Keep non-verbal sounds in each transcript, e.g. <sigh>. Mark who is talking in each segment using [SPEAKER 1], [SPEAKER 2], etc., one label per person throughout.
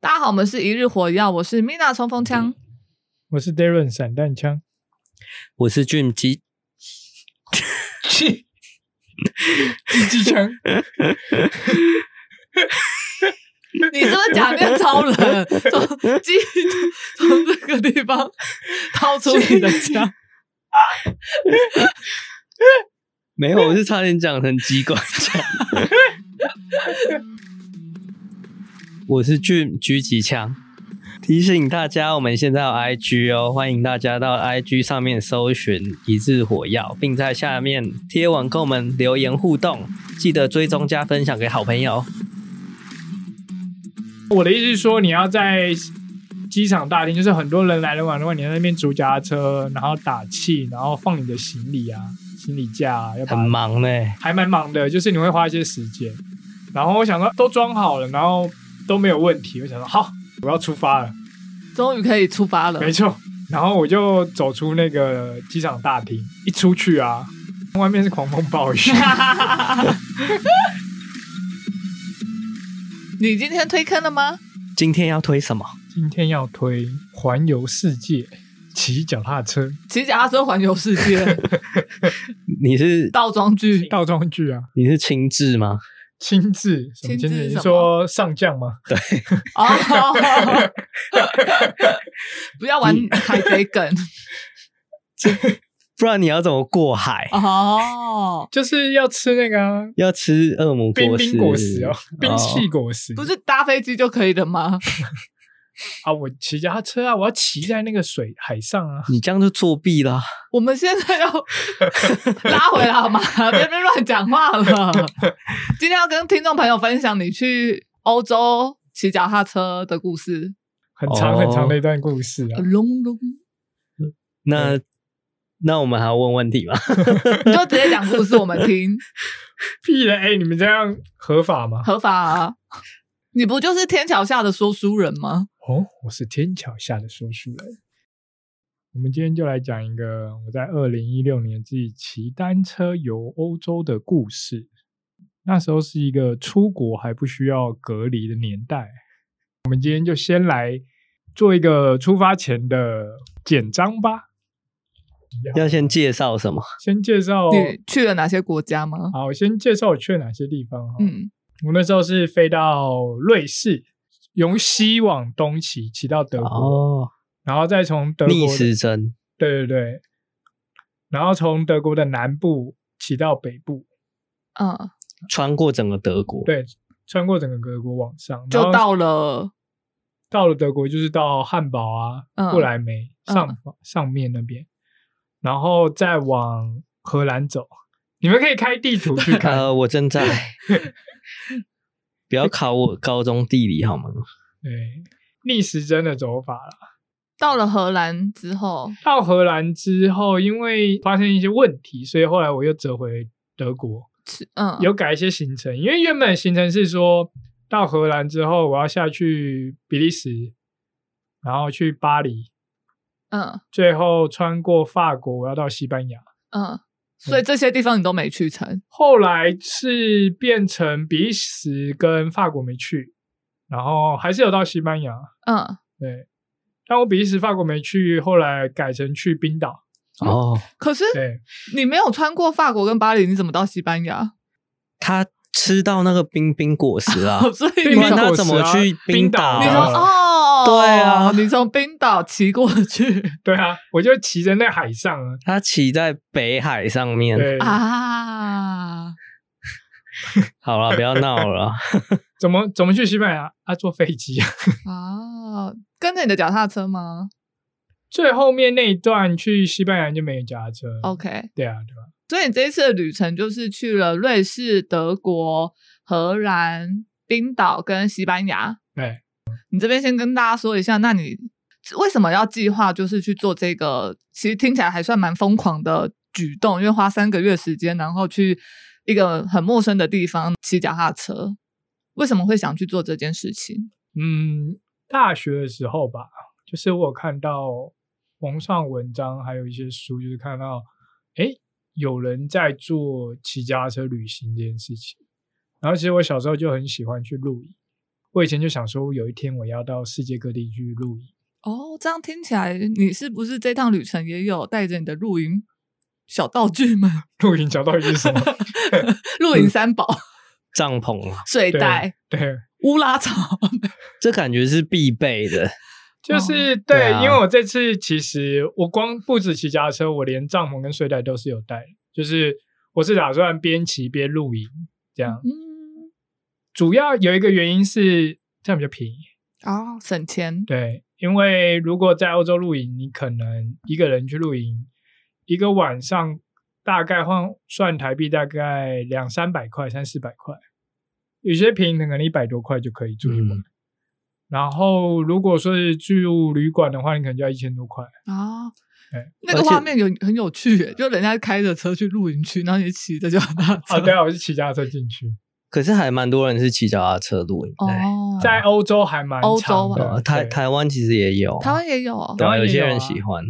[SPEAKER 1] 大家好，我们是一日火药，我是 Mina 冲锋枪。
[SPEAKER 2] 我是 Darren 散弹枪，
[SPEAKER 3] 我是俊基，
[SPEAKER 2] 去狙击枪，
[SPEAKER 1] <laughs> 你是不是假面超人？从基从这个地方掏出你的
[SPEAKER 2] <laughs>
[SPEAKER 1] 枪，
[SPEAKER 3] 没有，我是差点讲成机关枪。我是俊狙击枪。 <laughs> 提醒大家，我们现在有 IG 哦，欢迎大家到 IG 上面搜寻“一日火药”，并在下面贴文跟我们留言互动。记得追踪加分享给好朋友。哦
[SPEAKER 2] 我的意思是说，你要在机场大厅，就是很多人来人往的话，你在那边租脚踏车，然后打气，然后放你的行李啊、行李架、啊，要
[SPEAKER 3] 很
[SPEAKER 2] 把
[SPEAKER 3] 忙呢，
[SPEAKER 2] 还蛮忙的，就是你会花一些时间。然后我想说，都装好了，然后都没有问题，我想说好，我要出发了，
[SPEAKER 1] 终于可以出发了。
[SPEAKER 2] 没错。然后我就走出那个机场大厅，一出去啊，外面是狂风暴雨。
[SPEAKER 1] 你今天推坑了吗？
[SPEAKER 3] 今天要推什么？
[SPEAKER 2] 今天要推环游世界，骑脚踏车，
[SPEAKER 1] 骑脚踏车环游世界，
[SPEAKER 3] 你是
[SPEAKER 1] 倒装句。
[SPEAKER 2] 倒装句啊，
[SPEAKER 3] 你是亲自吗？
[SPEAKER 2] 亲自什么
[SPEAKER 1] 亲
[SPEAKER 2] 亲
[SPEAKER 1] 自是
[SPEAKER 2] 自？
[SPEAKER 1] 什么
[SPEAKER 2] 你说上将吗？
[SPEAKER 1] <laughs>
[SPEAKER 2] <laughs>
[SPEAKER 1] 哦， <laughs> 不要玩海贼梗
[SPEAKER 2] <laughs>
[SPEAKER 3] 不然你要怎么过海？
[SPEAKER 1] 哦，
[SPEAKER 2] 就是要吃那个啊
[SPEAKER 3] 要吃恶魔
[SPEAKER 2] 冰
[SPEAKER 3] 果实？
[SPEAKER 2] 冰果实哦，冰系
[SPEAKER 3] 哦
[SPEAKER 2] 果实。
[SPEAKER 1] 不是搭飞机就可以的吗？
[SPEAKER 2] 啊，我骑脚踏车啊，我要骑在那个水海上啊。
[SPEAKER 3] 你这样就作弊啦！
[SPEAKER 1] 我们现在要 <laughs> 拉回来好吗？ <laughs> 别别乱讲话了。今天要跟听众朋友分享你去欧洲骑脚踏车的故事。
[SPEAKER 2] 很长很长
[SPEAKER 3] 哦
[SPEAKER 2] 的一段故事啊， <laughs>
[SPEAKER 1] 隆隆，
[SPEAKER 3] 那那我们还要问问题吗？
[SPEAKER 1] 你就直接讲故事我们听，
[SPEAKER 2] 屁了！哎，你们这样合法吗？
[SPEAKER 1] 合法、啊。你不就是天桥下的说书人吗？
[SPEAKER 2] 哦，我是天桥下的说书人。我们今天就来讲一个我在二零一六年自己骑单车游欧洲的故事。那时候是一个出国还不需要隔离的年代。我们今天就先来做一个出发前的简章吧。
[SPEAKER 3] 要先介绍什么？
[SPEAKER 2] 先介绍，
[SPEAKER 1] 你去了哪些国家吗？
[SPEAKER 2] 好，先介绍我去了哪些地方哈。
[SPEAKER 1] 嗯，
[SPEAKER 2] 我那时候是飞到瑞士，由西往东骑，骑到德国，
[SPEAKER 3] 哦，
[SPEAKER 2] 然后再从德国
[SPEAKER 3] 逆
[SPEAKER 2] 的
[SPEAKER 3] 时针，
[SPEAKER 2] 对对对，然后从德国的南部骑到北部，
[SPEAKER 1] 嗯，
[SPEAKER 3] 穿过整个德国。，
[SPEAKER 2] 对，穿过整个德国往上，然
[SPEAKER 1] 就
[SPEAKER 2] 后
[SPEAKER 1] 到了，
[SPEAKER 2] 到了德国，就是到汉堡啊、
[SPEAKER 1] 嗯
[SPEAKER 2] 布莱梅
[SPEAKER 1] 嗯
[SPEAKER 2] 上、上面那边，然后再往荷兰走。你们可以开地图去看，
[SPEAKER 3] <laughs> 呃，我正在，
[SPEAKER 2] <laughs>
[SPEAKER 3] 不要考我高中地理好吗？
[SPEAKER 2] 对，逆时针的走法啦。
[SPEAKER 1] 到了荷兰之后，
[SPEAKER 2] 到荷兰之后，因为发现一些问题，所以后来我又折回德国。
[SPEAKER 1] 是嗯，
[SPEAKER 2] 有改一些行程，因为原本的行程是说到荷兰之后，我要下去比利时，然后去巴黎，
[SPEAKER 1] 嗯
[SPEAKER 2] 最后穿过法国，我要到西班牙。
[SPEAKER 1] 嗯，所以这些地方你都没去成，
[SPEAKER 2] 后来是变成比利时跟法国没去，然后还是有到西班牙，
[SPEAKER 1] 嗯，
[SPEAKER 2] 对。但我比利时、法国没去，后来改成去冰岛。
[SPEAKER 3] 哦，
[SPEAKER 1] 可是
[SPEAKER 2] 对，
[SPEAKER 1] 你没有穿过法国跟巴黎，你怎么到西班牙？，
[SPEAKER 3] 他吃到那个冰冰果实啊
[SPEAKER 1] <laughs> 所以你
[SPEAKER 2] 冰
[SPEAKER 3] 不然
[SPEAKER 2] 岛
[SPEAKER 1] 从
[SPEAKER 3] 他怎么去
[SPEAKER 2] 冰
[SPEAKER 3] 冰
[SPEAKER 2] 岛
[SPEAKER 3] 岛？
[SPEAKER 1] 你
[SPEAKER 2] 啊
[SPEAKER 1] 从哦，
[SPEAKER 3] 对啊
[SPEAKER 1] 你从冰岛骑过去
[SPEAKER 2] 对啊，我就骑着那海上啊，
[SPEAKER 3] 他骑在北海上面。
[SPEAKER 2] 对，
[SPEAKER 1] 啊，
[SPEAKER 3] 好了，不要闹了。
[SPEAKER 2] <laughs> 怎么怎么去西班牙啊？坐飞机啊。
[SPEAKER 1] 啊，跟着你的脚踏车吗
[SPEAKER 2] 最后面那一段去西班牙就没有脚踏车。
[SPEAKER 1] ？OK，
[SPEAKER 2] 对啊，对吧、
[SPEAKER 1] 所以你这一次的旅程就是去了瑞士、德国、荷兰、冰岛跟西班牙。
[SPEAKER 2] 对，
[SPEAKER 1] 你这边先跟大家说一下，那你为什么要计划就是去做这个？其实听起来还算蛮疯狂的举动，因为花三个月时间，然后去一个很陌生的地方骑脚踏车，为什么会想去做这件事情？
[SPEAKER 2] 嗯，大学的时候吧，就是我有看到网上文章，还有一些书，就是看到，诶，有人在做骑脚踏车旅行这件事情。然后其实我小时候就很喜欢去露营，我以前就想说，有一天我要到世界各地去露营。
[SPEAKER 1] 哦，这样听起来，你是不是这趟旅程也有带着你的露营小道具们？ <laughs>
[SPEAKER 2] 露营小道具是什么？
[SPEAKER 1] 露营三宝：
[SPEAKER 3] 帐篷啊，
[SPEAKER 1] 睡
[SPEAKER 2] 嗯对
[SPEAKER 1] 袋、
[SPEAKER 2] 对，
[SPEAKER 1] 乌拉草。
[SPEAKER 3] 这感觉是必备的。
[SPEAKER 2] 就是
[SPEAKER 3] 对
[SPEAKER 2] 对，
[SPEAKER 3] 啊
[SPEAKER 2] 因为我这次其实我光不止骑脚踏车，我连帐篷跟睡袋都是有带，就是我是打算边骑边露营这样。
[SPEAKER 1] 嗯，
[SPEAKER 2] 主要有一个原因是这样比较便宜，
[SPEAKER 1] 哦，省钱。
[SPEAKER 2] 对，因为如果在欧洲露营，你可能一个人去露营，一个晚上大概换算台币大概两三百块、三四百块，有些便宜的可能一百多块就可以住一晚。
[SPEAKER 3] 嗯
[SPEAKER 2] 然后如果说是住旅馆的话，你可能就要一千多块。
[SPEAKER 1] 啊
[SPEAKER 2] 对。
[SPEAKER 1] 那个
[SPEAKER 3] 而且
[SPEAKER 1] 画面有很有趣耶，就人家开着车去露营区，然后你骑着脚踏车。
[SPEAKER 2] <laughs> 哦，对啊，我是骑脚踏车进去，
[SPEAKER 3] 可是还蛮多人是骑脚踏车露营的欸。
[SPEAKER 1] 哦，
[SPEAKER 2] 在欧洲还蛮
[SPEAKER 1] 欧
[SPEAKER 2] 长
[SPEAKER 1] 洲
[SPEAKER 2] 的
[SPEAKER 1] 啊
[SPEAKER 3] 呃台
[SPEAKER 2] 对
[SPEAKER 3] 台湾其实也有，
[SPEAKER 1] 台湾也有哦
[SPEAKER 3] 对啊，
[SPEAKER 2] 台湾也有啊
[SPEAKER 3] 有些人喜欢，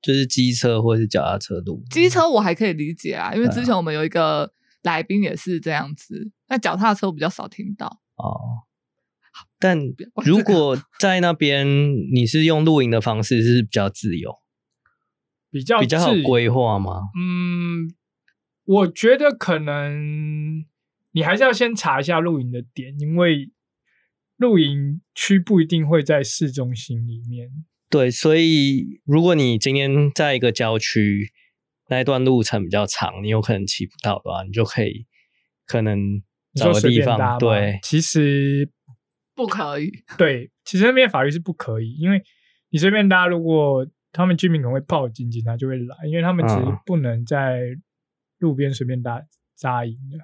[SPEAKER 3] 就是机车或是脚踏车露营。
[SPEAKER 1] 机车，我还可以理解啊，因为之前我们有一个来宾也是这样子。那脚踏车我比较少听到。
[SPEAKER 3] 哦。但
[SPEAKER 1] 不要管 <laughs>
[SPEAKER 3] 如
[SPEAKER 1] 这个
[SPEAKER 3] 果在那边你是用露营的方式，是比较自由，
[SPEAKER 2] 比较
[SPEAKER 3] 比较好
[SPEAKER 2] 哦自由
[SPEAKER 3] 规划吗？
[SPEAKER 2] 嗯，我觉得可能你还是要先查一下露营的点，因为露营区不一定会在市中心里面。
[SPEAKER 3] 对，所以如果你今天在一个郊区，那一段路程比较长，你有可能骑不到的话，你就可以可能
[SPEAKER 2] 你
[SPEAKER 3] 找
[SPEAKER 2] 说
[SPEAKER 3] 个
[SPEAKER 2] 随
[SPEAKER 3] 地
[SPEAKER 2] 便搭
[SPEAKER 3] 方，
[SPEAKER 2] 吗
[SPEAKER 3] 对，
[SPEAKER 2] 其实
[SPEAKER 1] 不可以
[SPEAKER 2] 对，其实那边法律是不可以，因为你随便搭，如果他们居民可能会报警，警察就会来，因为他们其实
[SPEAKER 3] 嗯
[SPEAKER 2] 不能在路边随便搭扎营的。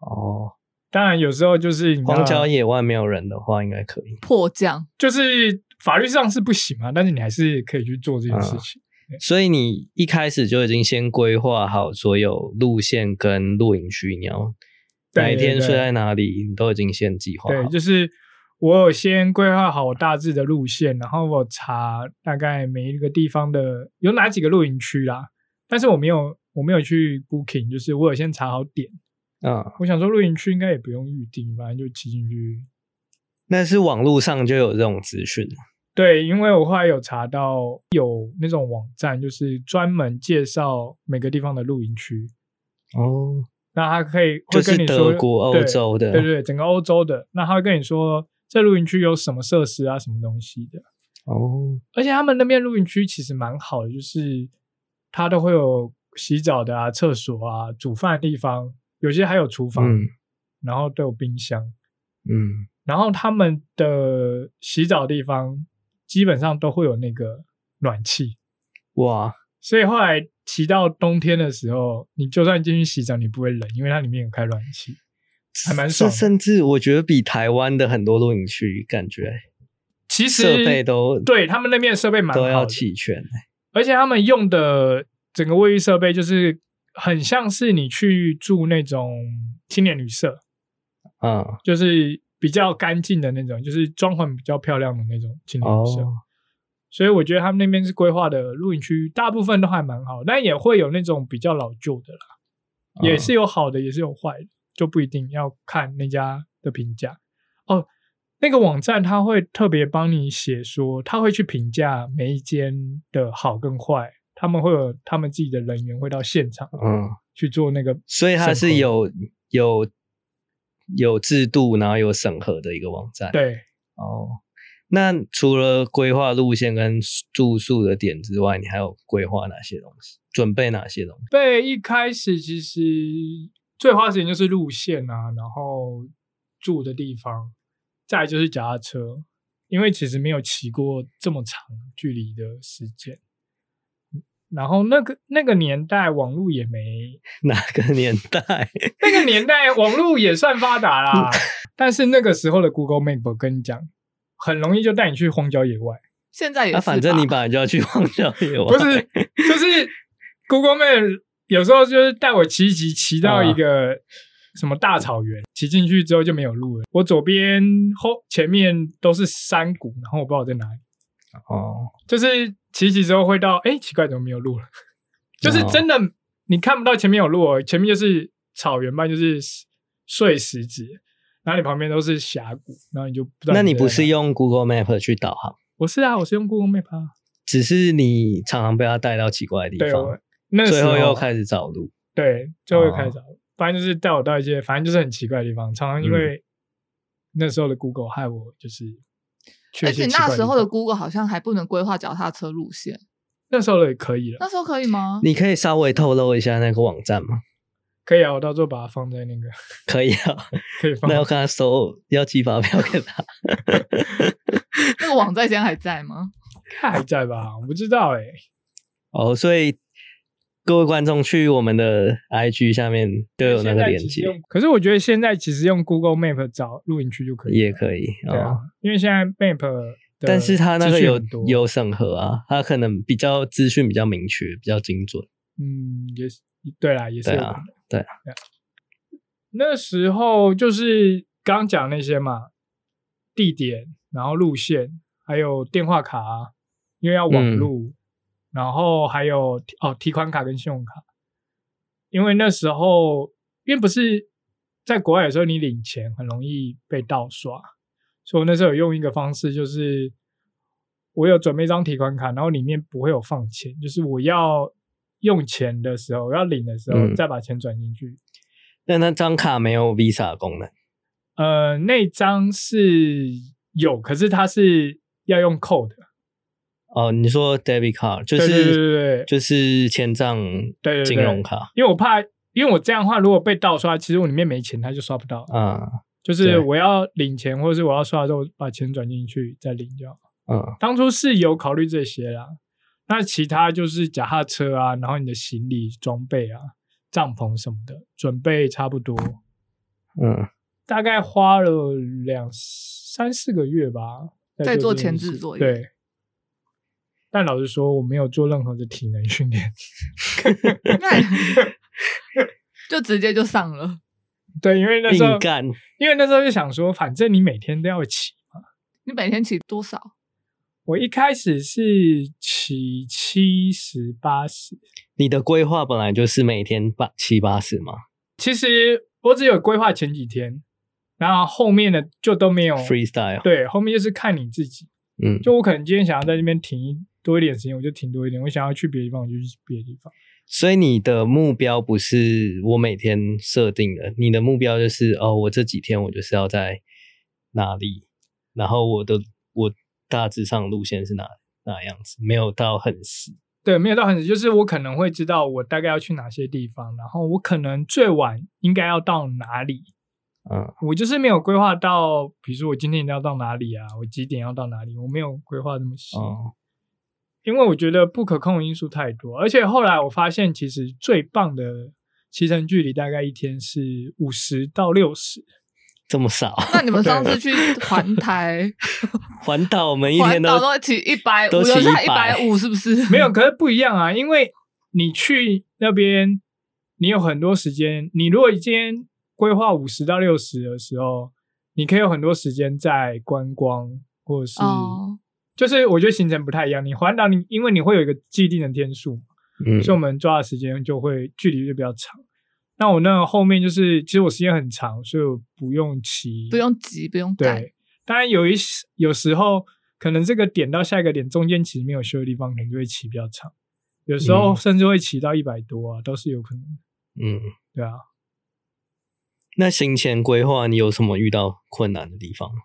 [SPEAKER 3] 哦，
[SPEAKER 2] 当然，有时候就是你知道
[SPEAKER 3] 荒郊野外没有人的话，应该可以。
[SPEAKER 1] 迫降，
[SPEAKER 2] 就是法律上是不行嘛，但是你还是可以去做这件事
[SPEAKER 3] 嗯
[SPEAKER 2] 情。
[SPEAKER 3] 所以你一开始就已经先规划好所有路线跟露营区，你要
[SPEAKER 2] 对
[SPEAKER 3] 哪一天
[SPEAKER 2] 对对
[SPEAKER 3] 睡在哪里，你都已经先计划好啊
[SPEAKER 2] 对，。就是我有先规划好我大致的路线，然后我查大概每一个地方的有哪几个露营区啦。但是我没有，我没有去 Booking，就是我有先查好点。
[SPEAKER 3] 嗯，
[SPEAKER 2] 我想说露营区应该也不用预定，反正就骑进去。
[SPEAKER 3] 那是网络上就有这种资讯。
[SPEAKER 2] 对，因为我后来有查到有那种网站，就是专门介绍每个地方的露营区，
[SPEAKER 3] 哦，
[SPEAKER 2] 那他可以
[SPEAKER 3] 就
[SPEAKER 2] 会
[SPEAKER 3] 是
[SPEAKER 2] 跟你说
[SPEAKER 3] 德国、欧
[SPEAKER 2] 对
[SPEAKER 3] 洲的，
[SPEAKER 2] 对对对，整个欧洲的，那他会跟你说这露营区有什么设施啊，什么东西的。
[SPEAKER 3] 哦，
[SPEAKER 2] 而且他们那边露营区其实蛮好的，就是它都会有洗澡的啊、厕所啊、煮饭的地方，有些还有厨房，
[SPEAKER 3] 嗯
[SPEAKER 2] 然后都有冰箱。
[SPEAKER 3] 嗯，
[SPEAKER 2] 然后他们的洗澡地方基本上都会有那个暖气，
[SPEAKER 3] 哇，
[SPEAKER 2] 所以后来骑到冬天的时候，你就算进去洗澡，你不会冷，因为它里面有开暖气，还蛮
[SPEAKER 3] 这
[SPEAKER 2] 爽的。
[SPEAKER 3] 甚至我觉得比台湾的很多露营区感觉
[SPEAKER 2] 其实
[SPEAKER 3] 设备都
[SPEAKER 2] 对他们那边的设备蛮好
[SPEAKER 3] 都
[SPEAKER 2] 的，
[SPEAKER 3] 要齐全。
[SPEAKER 2] 而且他们用的整个卫浴设备就是很像是你去住那种青年旅社，
[SPEAKER 3] 嗯，
[SPEAKER 2] 就是比较干净的那种，就是装潢比较漂亮的那种青年旅社。
[SPEAKER 3] 哦
[SPEAKER 2] 所以我觉得他们那边是规划的露营区，大部分都还蛮好，但也会有那种比较老旧的啦，
[SPEAKER 3] 嗯
[SPEAKER 2] 也是有好的，也是有坏的，就不一定要看那家的评价哦。那个网站他会特别帮你写说，他会去评价每一间的好跟坏，他们会有他们自己的人员会到现场
[SPEAKER 3] 嗯，
[SPEAKER 2] 去做那个，
[SPEAKER 3] 所以它
[SPEAKER 2] 审
[SPEAKER 3] 是
[SPEAKER 2] 核
[SPEAKER 3] 有有有制度，然后有审核的一个网站。
[SPEAKER 2] 对
[SPEAKER 3] 哦，那除了规划路线跟住宿的点之外，你还有规划哪些东西？准备哪些东西？
[SPEAKER 2] 被一开始其实最花时间就是路线啊，然后住的地方，再来就是脚踏车，因为其实没有骑过这么长距离的时间。然后那个那个年代网络也没，
[SPEAKER 3] <laughs> 哪个年代？
[SPEAKER 2] 那个年代网络也算发达啦，但是那个时候的 Google Map，我跟你讲，很容易就带你去荒郊野外。
[SPEAKER 1] 现在也
[SPEAKER 3] 那、
[SPEAKER 1] 是吧、
[SPEAKER 3] 啊反正你本来就要去荒郊野外，
[SPEAKER 2] 不是，就是 Google Map 有时候就是带我骑一骑，骑到
[SPEAKER 3] 啊
[SPEAKER 2] 一个什么大草原，骑进去之后就没有路了。我左边后前面都是山谷，然后我不知道我在哪里，
[SPEAKER 3] 哦，
[SPEAKER 2] 就是骑骑之后会到，哎，奇怪，怎么没有
[SPEAKER 3] <laughs>
[SPEAKER 2] 路了？就是
[SPEAKER 3] 哦
[SPEAKER 2] 真的你看不到前面有路哦，前面就是草原吧，就是碎石子。然后你旁边都是峡谷，然后你就不知道
[SPEAKER 3] 那你
[SPEAKER 2] 你在
[SPEAKER 3] 不是
[SPEAKER 2] 哪
[SPEAKER 3] 用 Google Map 去导航，
[SPEAKER 2] 我是啊，我是用 Google Map 啊。
[SPEAKER 3] 只是你常常被它带到奇怪的地
[SPEAKER 2] 对，
[SPEAKER 3] 方
[SPEAKER 2] 我，那
[SPEAKER 3] 最
[SPEAKER 2] 时
[SPEAKER 3] 后
[SPEAKER 2] 候
[SPEAKER 3] 又开始找路。
[SPEAKER 2] 对，最后又开始
[SPEAKER 3] 哦嗯
[SPEAKER 2] 找，反正就是带我到一些，反正就是很奇怪的地方。常常因为那时候的 Google 害我就是去
[SPEAKER 1] 而
[SPEAKER 2] 一些
[SPEAKER 1] 且
[SPEAKER 2] 奇怪地方，
[SPEAKER 1] 哎那时候的 Google 好像还不能规划脚踏车路线，
[SPEAKER 2] 那时候的也可以了，
[SPEAKER 1] 那时候可以吗？
[SPEAKER 3] 你可以稍微透露一下那个网站吗？
[SPEAKER 2] 可以啊，我到时候把它放在那
[SPEAKER 3] <laughs>
[SPEAKER 2] 个
[SPEAKER 3] 可以啊，
[SPEAKER 2] 可以放
[SPEAKER 3] 那。要跟他收，要寄发票给他。
[SPEAKER 1] 那个网站现在还在吗？
[SPEAKER 2] 看还在吧？我不知道哎、
[SPEAKER 3] 哦，所以各位观众去我们的 IG 下面就有那
[SPEAKER 2] 现
[SPEAKER 3] 个
[SPEAKER 2] 在
[SPEAKER 3] 链
[SPEAKER 2] 其实
[SPEAKER 3] 接，
[SPEAKER 2] 用可是我觉得现在其实用 Google Map 找露营区就可以了，
[SPEAKER 3] 也可以
[SPEAKER 2] 对啊
[SPEAKER 3] 哦。，
[SPEAKER 2] 因为现在 Map，的
[SPEAKER 3] 但是他那
[SPEAKER 2] 资
[SPEAKER 3] 个
[SPEAKER 2] 讯
[SPEAKER 3] 有
[SPEAKER 2] 很多
[SPEAKER 3] 有审核啊，他可能比较资讯比较明确，比较精准。
[SPEAKER 2] 嗯，也是对啦，也是
[SPEAKER 3] 对
[SPEAKER 2] 有可
[SPEAKER 3] 啊
[SPEAKER 2] 能
[SPEAKER 3] 对啊
[SPEAKER 2] 那时候就是刚讲那些嘛，地点，然后路线，还有电话卡啊，因为要网
[SPEAKER 3] 嗯
[SPEAKER 2] 路，然后还有哦提款卡跟信用卡，因为那时候因为不是在国外的时候，你领钱很容易被盗刷，所以我那时候有用一个方式，就是我有准备一张提款卡，然后里面不会有放钱，就是我要用钱的时候，我要领的时候、
[SPEAKER 3] 嗯
[SPEAKER 2] 再把钱转进去。
[SPEAKER 3] 但那张卡没有 Visa 功能，
[SPEAKER 2] 呃，那张是有，可是它是要用扣的，
[SPEAKER 3] 哦，你说 debit card 就
[SPEAKER 2] 对对对
[SPEAKER 3] 是
[SPEAKER 2] 对对
[SPEAKER 3] 就是千账
[SPEAKER 2] 对对对
[SPEAKER 3] 金融卡
[SPEAKER 2] 因为我怕，因为我这样的话，如果被盗刷，其实我里面没钱，它就刷不到。
[SPEAKER 3] 啊，
[SPEAKER 2] 就是
[SPEAKER 3] 对
[SPEAKER 2] 我要领钱，或者是我要刷的时候，把钱转进去再领就好。
[SPEAKER 3] 嗯
[SPEAKER 2] 当初是有考虑这些啦，那其他就是脚踏车啊，然后你的行李装备啊、帐篷什么的，准备差不多，
[SPEAKER 3] 嗯，
[SPEAKER 2] 大概花了两三四个月吧，
[SPEAKER 1] 在做
[SPEAKER 2] 这件
[SPEAKER 1] 前置
[SPEAKER 2] 事
[SPEAKER 1] 作业
[SPEAKER 2] 对，但老实说，我没有做任何的体能训练。 <laughs>
[SPEAKER 1] 那也 <laughs> 就直接就上了。
[SPEAKER 2] 对，因为那时候
[SPEAKER 3] 硬，干
[SPEAKER 2] 因为那时候就想说，反正你每天都要骑。
[SPEAKER 1] 你每天骑多少？
[SPEAKER 2] 我一开始是骑七十八十，
[SPEAKER 3] 你的规划本来就是每天八七八十嘛
[SPEAKER 2] 其实我只有规划前几天，然后后面的就都没有。
[SPEAKER 3] ，freestyle，
[SPEAKER 2] 哦对，后面就是看你自己。
[SPEAKER 3] 嗯，
[SPEAKER 2] 就我可能今天想要在这边停一多一点时间，我就停多一点；我想要去别的地方，我就去别的地方。
[SPEAKER 3] 所以你的目标不是我每天设定的，你的目标就是哦，我这几天我就是要在哪里，然后我的我大致上路线是哪哪样子，没有到很死。
[SPEAKER 2] 对，没有到很久，就是我可能会知道我大概要去哪些地方，然后我可能最晚应该要到哪里。
[SPEAKER 3] 嗯，
[SPEAKER 2] 我就是没有规划到，比如说我今天一定要到哪里啊，我几点要到哪里，我没有规划这么细。
[SPEAKER 3] 哦，
[SPEAKER 2] 因为我觉得不可控的因素太多，而且后来我发现，其实最棒的骑乘距离大概一天是五十到六十。
[SPEAKER 3] 这么少，
[SPEAKER 1] 那你们上次去环
[SPEAKER 3] <laughs>
[SPEAKER 1] 台
[SPEAKER 3] 环岛我啊们一
[SPEAKER 1] 环
[SPEAKER 3] 天
[SPEAKER 1] 岛
[SPEAKER 3] 都
[SPEAKER 1] 都会骑一百五，
[SPEAKER 3] 都
[SPEAKER 1] 有
[SPEAKER 3] 骑
[SPEAKER 1] 时候
[SPEAKER 3] 100
[SPEAKER 1] 一百五是不是？
[SPEAKER 2] 没有，可是不一样啊，因为你去那边，你有很多时间。你如果今天规划五十到六十的时候，你可以有很多时间在观光，或者是、
[SPEAKER 1] 哦，
[SPEAKER 2] 就是我觉得行程不太一样。你环岛你，因为你会有一个既定的天数，
[SPEAKER 3] 嗯
[SPEAKER 2] 所以我们抓的时间就会距离就比较长。那我那后面就是，其实我时间很长，所以我不用骑，
[SPEAKER 1] 不用急，不用赶。
[SPEAKER 2] 对，当然有一些有时候可能这个点到下一个点中间其实没有修的地方，可能就会骑比较长，有时候
[SPEAKER 3] 嗯
[SPEAKER 2] 甚至会骑到一百多啊，都是有可能的。
[SPEAKER 3] 嗯，
[SPEAKER 2] 对啊，
[SPEAKER 3] 那行前规划你有什么遇到困难的地方吗？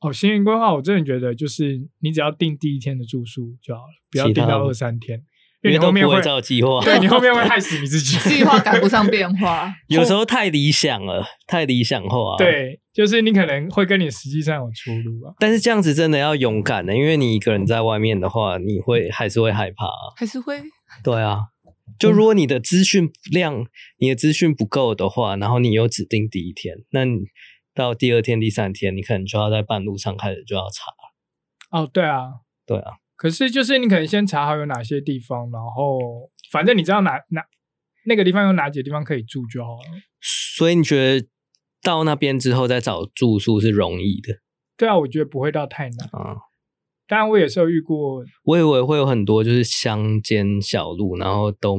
[SPEAKER 2] 哦，行云规划我真的觉得就是你只要定第一天的住宿就好了，不要
[SPEAKER 3] 其他
[SPEAKER 2] 定到
[SPEAKER 3] 的
[SPEAKER 2] 二三天，因为
[SPEAKER 3] 因为
[SPEAKER 2] 你后
[SPEAKER 3] 都
[SPEAKER 2] 面
[SPEAKER 3] 不
[SPEAKER 2] 会 <laughs>
[SPEAKER 3] 会，照计划，
[SPEAKER 2] 对你后面会害死你自己。
[SPEAKER 1] 计划赶不上变化，
[SPEAKER 3] 有时候太理想了，太理想化了。。
[SPEAKER 2] 对，就是你可能会跟你实际上有出入啊。
[SPEAKER 3] 但是这样子真的要勇敢欸的、因为你一个人在外面的话，你会还是会害怕、啊。
[SPEAKER 1] 还是会
[SPEAKER 3] 对啊，就如果你的资讯量、你的资讯不够的话，然后你又指定第一天，那你到第二天、第三天，你可能就要在半路上开始就要查。
[SPEAKER 2] 哦，对啊，
[SPEAKER 3] 对啊，
[SPEAKER 2] 可是就是你可能先查好有哪些地方，然后反正你知道哪哪那个地方有哪几个地方可以住就好了。
[SPEAKER 3] 所以你觉得到那边之后再找住宿是容易的
[SPEAKER 2] 对啊，我觉得不会到太难。
[SPEAKER 3] 啊？
[SPEAKER 2] 当然，我也是有遇过，
[SPEAKER 3] 我以为会有很多就是乡间小路，然后都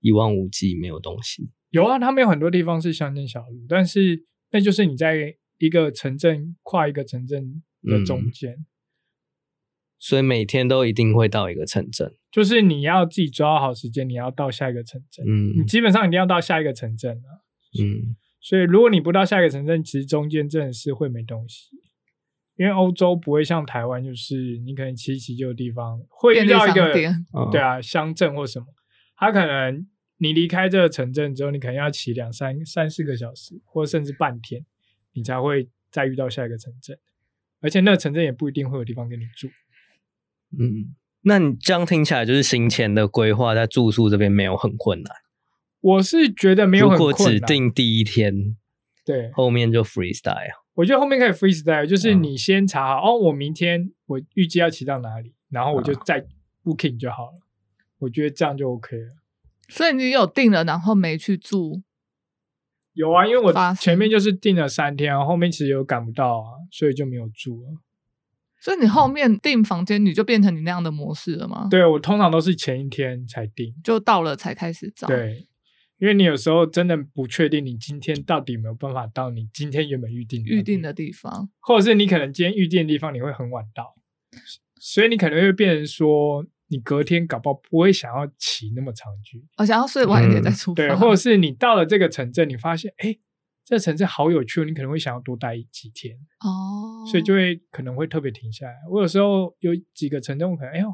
[SPEAKER 3] 一望无际，没有东西。
[SPEAKER 2] 有啊，他们有很多地方是乡间小路，但是那就是你在一个城镇跨一个城镇的中间，
[SPEAKER 3] 所以每天都一定会到一个城镇。
[SPEAKER 2] 就是你要自己抓好时间，你要到下一个城镇，
[SPEAKER 3] 嗯
[SPEAKER 2] 你基本上一定要到下一个城镇啊。
[SPEAKER 3] 嗯
[SPEAKER 2] 所以如果你不到下一个城镇，其实中间真的是会没东西。因为欧洲不会像台湾，就是你可能骑一骑就有地方会
[SPEAKER 1] 便
[SPEAKER 2] 遇
[SPEAKER 1] 利
[SPEAKER 2] 到一
[SPEAKER 1] 商
[SPEAKER 2] 个
[SPEAKER 1] 店，
[SPEAKER 3] 哦
[SPEAKER 2] 对啊，乡镇或什么，它可能你离开这个城镇之后，你可能要骑两三三四个小时，或甚至半天，你才会再遇到下一个城镇，而且那个城镇也不一定会有地方给你住。
[SPEAKER 3] 嗯，那你这样听起来就是行前的规划在住宿这边没有很困难，
[SPEAKER 2] 我是觉得没有
[SPEAKER 3] 如
[SPEAKER 2] 很
[SPEAKER 3] 果
[SPEAKER 2] 困难，
[SPEAKER 3] 指定第一天，
[SPEAKER 2] 对
[SPEAKER 3] 后面就 freestyle。
[SPEAKER 2] 我觉得后面可以 freestyle，就是
[SPEAKER 3] 嗯
[SPEAKER 2] 你先查好、哦，我明天我预计要骑到哪里，然后我就再 booking 就好了。我觉得这样就 OK 了。
[SPEAKER 1] 所以你有定了，然后没去住，
[SPEAKER 2] 有啊，因为我
[SPEAKER 1] 发生
[SPEAKER 2] 前面就是订了三天，然后后面其实有赶不到啊，所以就没有住了。
[SPEAKER 1] 所以你后面订房间，你就变成你那样的模式了吗？，
[SPEAKER 2] 对我通常都是前一天才订，
[SPEAKER 1] 就到了才开始找。，
[SPEAKER 2] 对，因为你有时候真的不确定你今天到底有没有办法到你今天原本预定
[SPEAKER 1] 预定的
[SPEAKER 2] 的那地
[SPEAKER 1] 地方，
[SPEAKER 2] 方，或者是你可能今天预定的地方你会很晚到，所以你可能会变成说你隔天搞不好不会想要骑那么长距离，
[SPEAKER 1] 我哦想要睡晚一点再出发。
[SPEAKER 2] 嗯对，或者是你到了这个城镇，你发现哎。诶这城镇好有趣哦，你可能会想要多待几天，
[SPEAKER 1] 哦，
[SPEAKER 2] 所以就会可能会特别停下来。我有时候有几个城镇，我可能哎呦，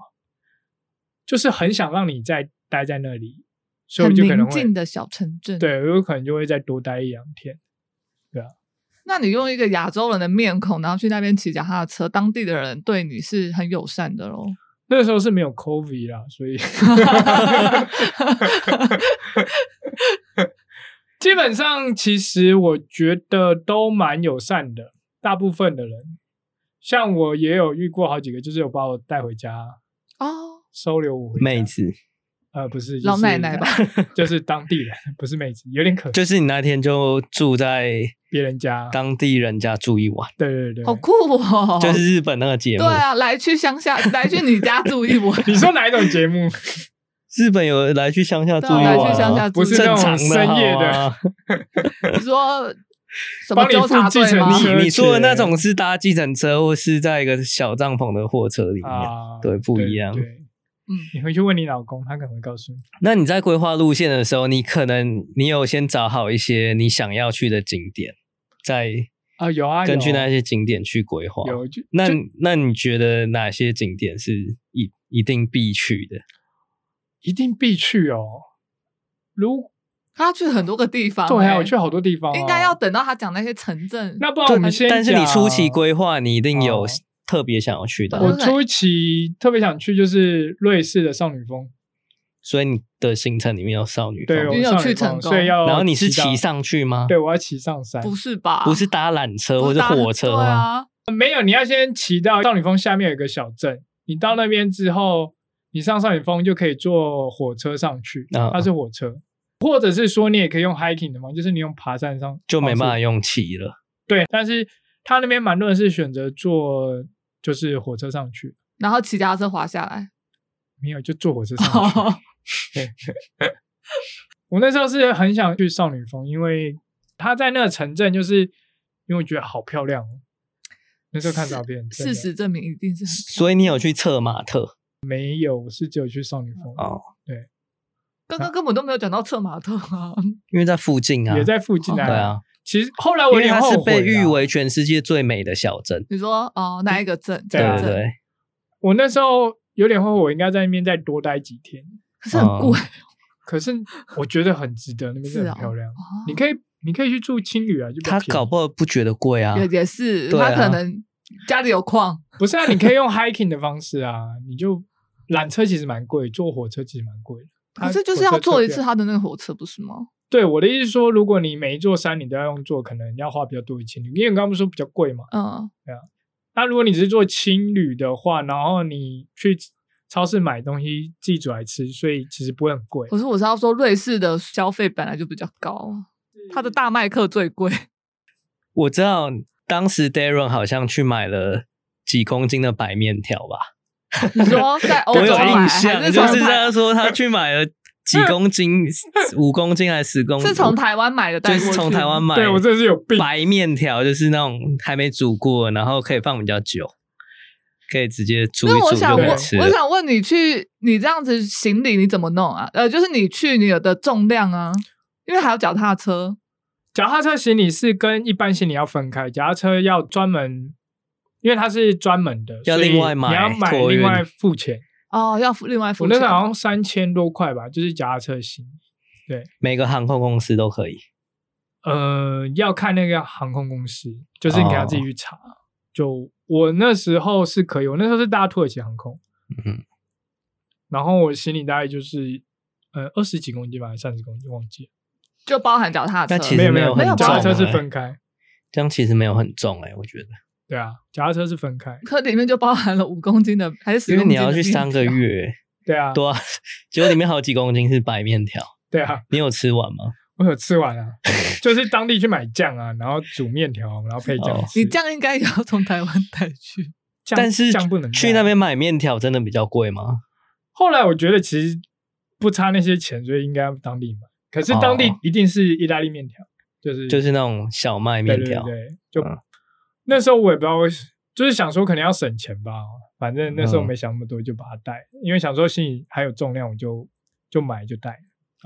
[SPEAKER 2] 就是很想让你再待在那里，所以
[SPEAKER 1] 很
[SPEAKER 2] 我就可能
[SPEAKER 1] 宁
[SPEAKER 2] 会
[SPEAKER 1] 静的小城镇。，
[SPEAKER 2] 对，我有可能就会再多待一两天。
[SPEAKER 1] 那你用一个亚洲人的面孔，然后去那边骑脚踏车，当地的人对你是很友善的喽。
[SPEAKER 2] 那个时候是没有 COVID 啦，
[SPEAKER 1] <laughs>
[SPEAKER 2] 所以基本上其实我觉得都蛮友善的，大部分的人，像我也有遇过好几个，就是有把我带回家，
[SPEAKER 1] 哦，
[SPEAKER 2] 收留我回家
[SPEAKER 3] 妹子，
[SPEAKER 2] 呃，不是、就是、
[SPEAKER 1] 老奶奶吧，
[SPEAKER 2] <laughs> 就是当地人，不是妹子，有点可惜，
[SPEAKER 3] 就是你那天就住在
[SPEAKER 2] 别人家，
[SPEAKER 3] 当地人家住一晚，
[SPEAKER 2] 对对对，
[SPEAKER 1] 好酷哦！
[SPEAKER 3] <laughs> 就是日本那个节目
[SPEAKER 1] 对，啊，来去乡下，来去你家住
[SPEAKER 3] <laughs>
[SPEAKER 1] 一晚。
[SPEAKER 2] 你说哪一种节
[SPEAKER 1] <laughs>
[SPEAKER 2] 目？
[SPEAKER 3] 日本有来去乡下住一晚啊，
[SPEAKER 1] 对啊来去乡下住
[SPEAKER 2] 不是那
[SPEAKER 3] 正
[SPEAKER 2] 种
[SPEAKER 3] 常
[SPEAKER 2] 深夜
[SPEAKER 3] 好
[SPEAKER 2] 的
[SPEAKER 3] 啊。
[SPEAKER 1] 你说什么
[SPEAKER 2] 帮你
[SPEAKER 1] 纠察
[SPEAKER 2] 付计
[SPEAKER 1] 队吗
[SPEAKER 2] 程？车
[SPEAKER 3] 你说的那种是搭计程车，或是在一个小帐篷的货车里面。
[SPEAKER 2] 啊，
[SPEAKER 3] 对不一样
[SPEAKER 2] 对，
[SPEAKER 1] 嗯，
[SPEAKER 2] 你回去问你老公，他可能会告诉你。
[SPEAKER 3] 那你在规划路线的时候，你可能你有先找好一些你想要去的景点，再
[SPEAKER 2] 啊，有啊，
[SPEAKER 3] 根据
[SPEAKER 2] 有
[SPEAKER 3] 那些景点去规划。
[SPEAKER 2] 有就
[SPEAKER 3] 那
[SPEAKER 2] 就
[SPEAKER 3] 你那你觉得哪些景点是一一定必去的？
[SPEAKER 2] 一定必去哦。如
[SPEAKER 1] 他去很多个地方、
[SPEAKER 2] 对啊，
[SPEAKER 1] 欸
[SPEAKER 2] 我去好多地方哦、
[SPEAKER 1] 应该要等到他讲那些城镇。
[SPEAKER 2] 那不然我们先讲，
[SPEAKER 3] 但是你初期规划，你一定有
[SPEAKER 2] 哦
[SPEAKER 3] 特别想要去
[SPEAKER 2] 我
[SPEAKER 3] 的，啊
[SPEAKER 2] 初期特别想去就是瑞士的少女峰，
[SPEAKER 3] 所以你的行程里面有少女峰。
[SPEAKER 2] 对，我
[SPEAKER 1] 你有
[SPEAKER 2] 少女
[SPEAKER 1] 去
[SPEAKER 2] 峰
[SPEAKER 1] 成功
[SPEAKER 2] 所以要
[SPEAKER 3] 然后你是
[SPEAKER 2] 到
[SPEAKER 3] 骑，上去吗？
[SPEAKER 2] 对，我要骑上山，
[SPEAKER 1] 不是吧？
[SPEAKER 3] 不是搭缆车
[SPEAKER 1] 不
[SPEAKER 3] 或
[SPEAKER 1] 是
[SPEAKER 3] 者
[SPEAKER 1] 搭
[SPEAKER 3] 火车
[SPEAKER 1] 对
[SPEAKER 3] 哦吗？
[SPEAKER 1] 啊，
[SPEAKER 2] 没有，你要先骑到少女峰下面有一个小镇，你到那边之后，你上少女峰就可以坐火车上去，
[SPEAKER 3] 啊
[SPEAKER 2] 它是火车，或者是说你也可以用 hiking 的嘛，就是你用爬山上
[SPEAKER 3] 就没办
[SPEAKER 2] 方
[SPEAKER 3] 法
[SPEAKER 2] 式
[SPEAKER 3] 用骑了。
[SPEAKER 2] 对，但是他那边蛮多人是选择坐就是火车上去，
[SPEAKER 1] 然后骑脚踏车滑下来。
[SPEAKER 2] 没有就坐火车上
[SPEAKER 3] 哦
[SPEAKER 1] <laughs>
[SPEAKER 2] 去。 <laughs> 我那时候是很想去少女峰，因为他在那个城镇，就是因为我觉得好漂亮哦。那时候看照片，
[SPEAKER 1] 事
[SPEAKER 2] 真的
[SPEAKER 1] 实证明一定是很
[SPEAKER 3] 所以你有去策马特
[SPEAKER 2] 没有，我是只有去少女峰，
[SPEAKER 3] 哦，
[SPEAKER 1] 刚
[SPEAKER 2] 啊
[SPEAKER 1] 刚根本都没有讲到策马特啊， <laughs>
[SPEAKER 3] 因为在附近啊，
[SPEAKER 2] 也在附近
[SPEAKER 1] 哦
[SPEAKER 2] 啊。
[SPEAKER 3] 对啊，
[SPEAKER 2] 其实后来
[SPEAKER 3] 因
[SPEAKER 2] 我有
[SPEAKER 3] 为
[SPEAKER 2] 点
[SPEAKER 3] 它
[SPEAKER 2] 后
[SPEAKER 3] 是
[SPEAKER 2] 悔啦
[SPEAKER 3] 被誉为全世界最美的小镇。
[SPEAKER 1] 你说哦，那一个镇，
[SPEAKER 2] 对
[SPEAKER 3] 对
[SPEAKER 2] 啊
[SPEAKER 1] 个
[SPEAKER 3] 对
[SPEAKER 1] 镇
[SPEAKER 3] 对，
[SPEAKER 2] 我那时候有点后悔，我应该在那边再多待几天。
[SPEAKER 1] 可是
[SPEAKER 3] 哦
[SPEAKER 1] 很贵，
[SPEAKER 2] 可是我觉得很值得，那边真
[SPEAKER 1] 是
[SPEAKER 2] 的
[SPEAKER 1] 啊
[SPEAKER 2] 很漂亮。
[SPEAKER 1] 哦
[SPEAKER 2] 你可以，你可以去住青旅啊，就比较
[SPEAKER 3] 他
[SPEAKER 2] 便宜
[SPEAKER 3] 搞不好不觉得贵啊。
[SPEAKER 1] 也也是，
[SPEAKER 3] 对
[SPEAKER 1] 他
[SPEAKER 3] 啊
[SPEAKER 1] 可能家里有矿，
[SPEAKER 2] <laughs> 不是啊，你可以用 hiking 的方式啊，你就缆车其实蛮贵，坐火车其实蛮贵的。它
[SPEAKER 1] 可是就是
[SPEAKER 2] 火车
[SPEAKER 1] 要坐一
[SPEAKER 2] 车
[SPEAKER 1] 次
[SPEAKER 2] 票。
[SPEAKER 1] 他的那个火车，不是吗？
[SPEAKER 2] 对我的意思是说，如果你每一座山你都要用坐，可能要花比较多的钱。因为你刚刚不是说比较贵嘛？
[SPEAKER 1] 嗯，
[SPEAKER 2] 那如果你只是做青旅的话，然后你去超市买东西自己煮来吃，所以其实不会很贵
[SPEAKER 1] 可。是我是要说瑞士的消费本来就比较高，啊他的大麦克最
[SPEAKER 3] <laughs>
[SPEAKER 1] 贵，
[SPEAKER 3] 我知道当时 Darren 好像去买了几公斤的白面条吧，
[SPEAKER 1] 你说在欧
[SPEAKER 3] 我有
[SPEAKER 1] 哦洲买
[SPEAKER 3] 印
[SPEAKER 1] 还
[SPEAKER 3] 象，
[SPEAKER 1] 是
[SPEAKER 3] 就
[SPEAKER 1] 从
[SPEAKER 3] 是
[SPEAKER 1] 台
[SPEAKER 3] 他说他去买了几
[SPEAKER 1] <laughs>
[SPEAKER 3] 公斤，五公斤还是十公斤？
[SPEAKER 1] 是从台湾买的带
[SPEAKER 3] 就
[SPEAKER 1] 过去，
[SPEAKER 3] 是从台湾买，
[SPEAKER 2] 对我真的是有病。
[SPEAKER 3] 白面条就是那种还没煮过，然后可以放比较久，可以直接煮一
[SPEAKER 1] 那我
[SPEAKER 3] 煮就
[SPEAKER 1] 想
[SPEAKER 3] 可
[SPEAKER 1] 问
[SPEAKER 3] 以吃，
[SPEAKER 1] 我
[SPEAKER 3] 了。
[SPEAKER 1] 想问你去，你这样子行李你怎么弄啊？呃，就是你去你有的重量啊，因为还有脚踏车，
[SPEAKER 2] 脚踏车行李是跟一般行李要分开，脚踏车要专门，因为它是专门的，
[SPEAKER 3] 要
[SPEAKER 2] 所以
[SPEAKER 3] 另外买
[SPEAKER 2] 你要买
[SPEAKER 3] 托运
[SPEAKER 2] 另外付钱。
[SPEAKER 1] 哦，要付另外付
[SPEAKER 2] 我
[SPEAKER 1] 钱。
[SPEAKER 2] 那时候好像三千多块吧，就是脚踏车行李。
[SPEAKER 3] 每个航空公司都可以。
[SPEAKER 2] 呃，要看那个航空公司，就是你给他自己
[SPEAKER 3] 哦
[SPEAKER 2] 去查。就我那时候是可以，我那时候是搭土耳其航空，
[SPEAKER 3] 嗯，
[SPEAKER 2] 然后我行李大概就是呃二十几公斤吧，还是三十公斤忘记了。
[SPEAKER 1] 就包含脚踏车，
[SPEAKER 3] 但其实
[SPEAKER 2] 没有
[SPEAKER 3] 没有
[SPEAKER 2] 有，
[SPEAKER 1] 很
[SPEAKER 2] 脚踏
[SPEAKER 1] 重
[SPEAKER 2] 车是
[SPEAKER 3] 欸
[SPEAKER 2] 分开，
[SPEAKER 3] 这样其实没有很重哎、我觉得，
[SPEAKER 2] 对啊，脚踏车是分开，
[SPEAKER 1] 可里面就包含了五公斤的，还是十
[SPEAKER 3] 因为
[SPEAKER 1] 公斤的
[SPEAKER 3] 你要去三个
[SPEAKER 1] 面
[SPEAKER 3] 月，
[SPEAKER 2] 对啊，
[SPEAKER 3] 对啊， <laughs> 结果里面好几公斤是白面条，
[SPEAKER 2] 对啊，
[SPEAKER 3] 你有吃完吗？
[SPEAKER 2] 我有吃
[SPEAKER 3] <laughs>
[SPEAKER 2] 完啊，就是当地去买酱啊，然后煮面条，然后配酱
[SPEAKER 3] 哦
[SPEAKER 1] 条，
[SPEAKER 2] 吃。
[SPEAKER 1] 你酱应该也要从台湾带去。
[SPEAKER 2] 酱
[SPEAKER 3] 但是
[SPEAKER 2] 酱不能
[SPEAKER 3] 去
[SPEAKER 2] 带
[SPEAKER 3] 那。边买面条真的比较贵吗？
[SPEAKER 2] 后来我觉得其实不差那些钱，所以应该要当地买。可是当地
[SPEAKER 3] 哦
[SPEAKER 2] 一定是意大利面条，就是
[SPEAKER 3] 就是那种小麦
[SPEAKER 2] 对
[SPEAKER 3] 面
[SPEAKER 2] 对对
[SPEAKER 3] 条，
[SPEAKER 2] 对，就
[SPEAKER 3] 嗯
[SPEAKER 2] 那时候我也不知道为什，就是想说可能要省钱吧，反正那时候
[SPEAKER 3] 嗯
[SPEAKER 2] 没想那么多，就把它带，因为想说心里还有重量，我就就买就带。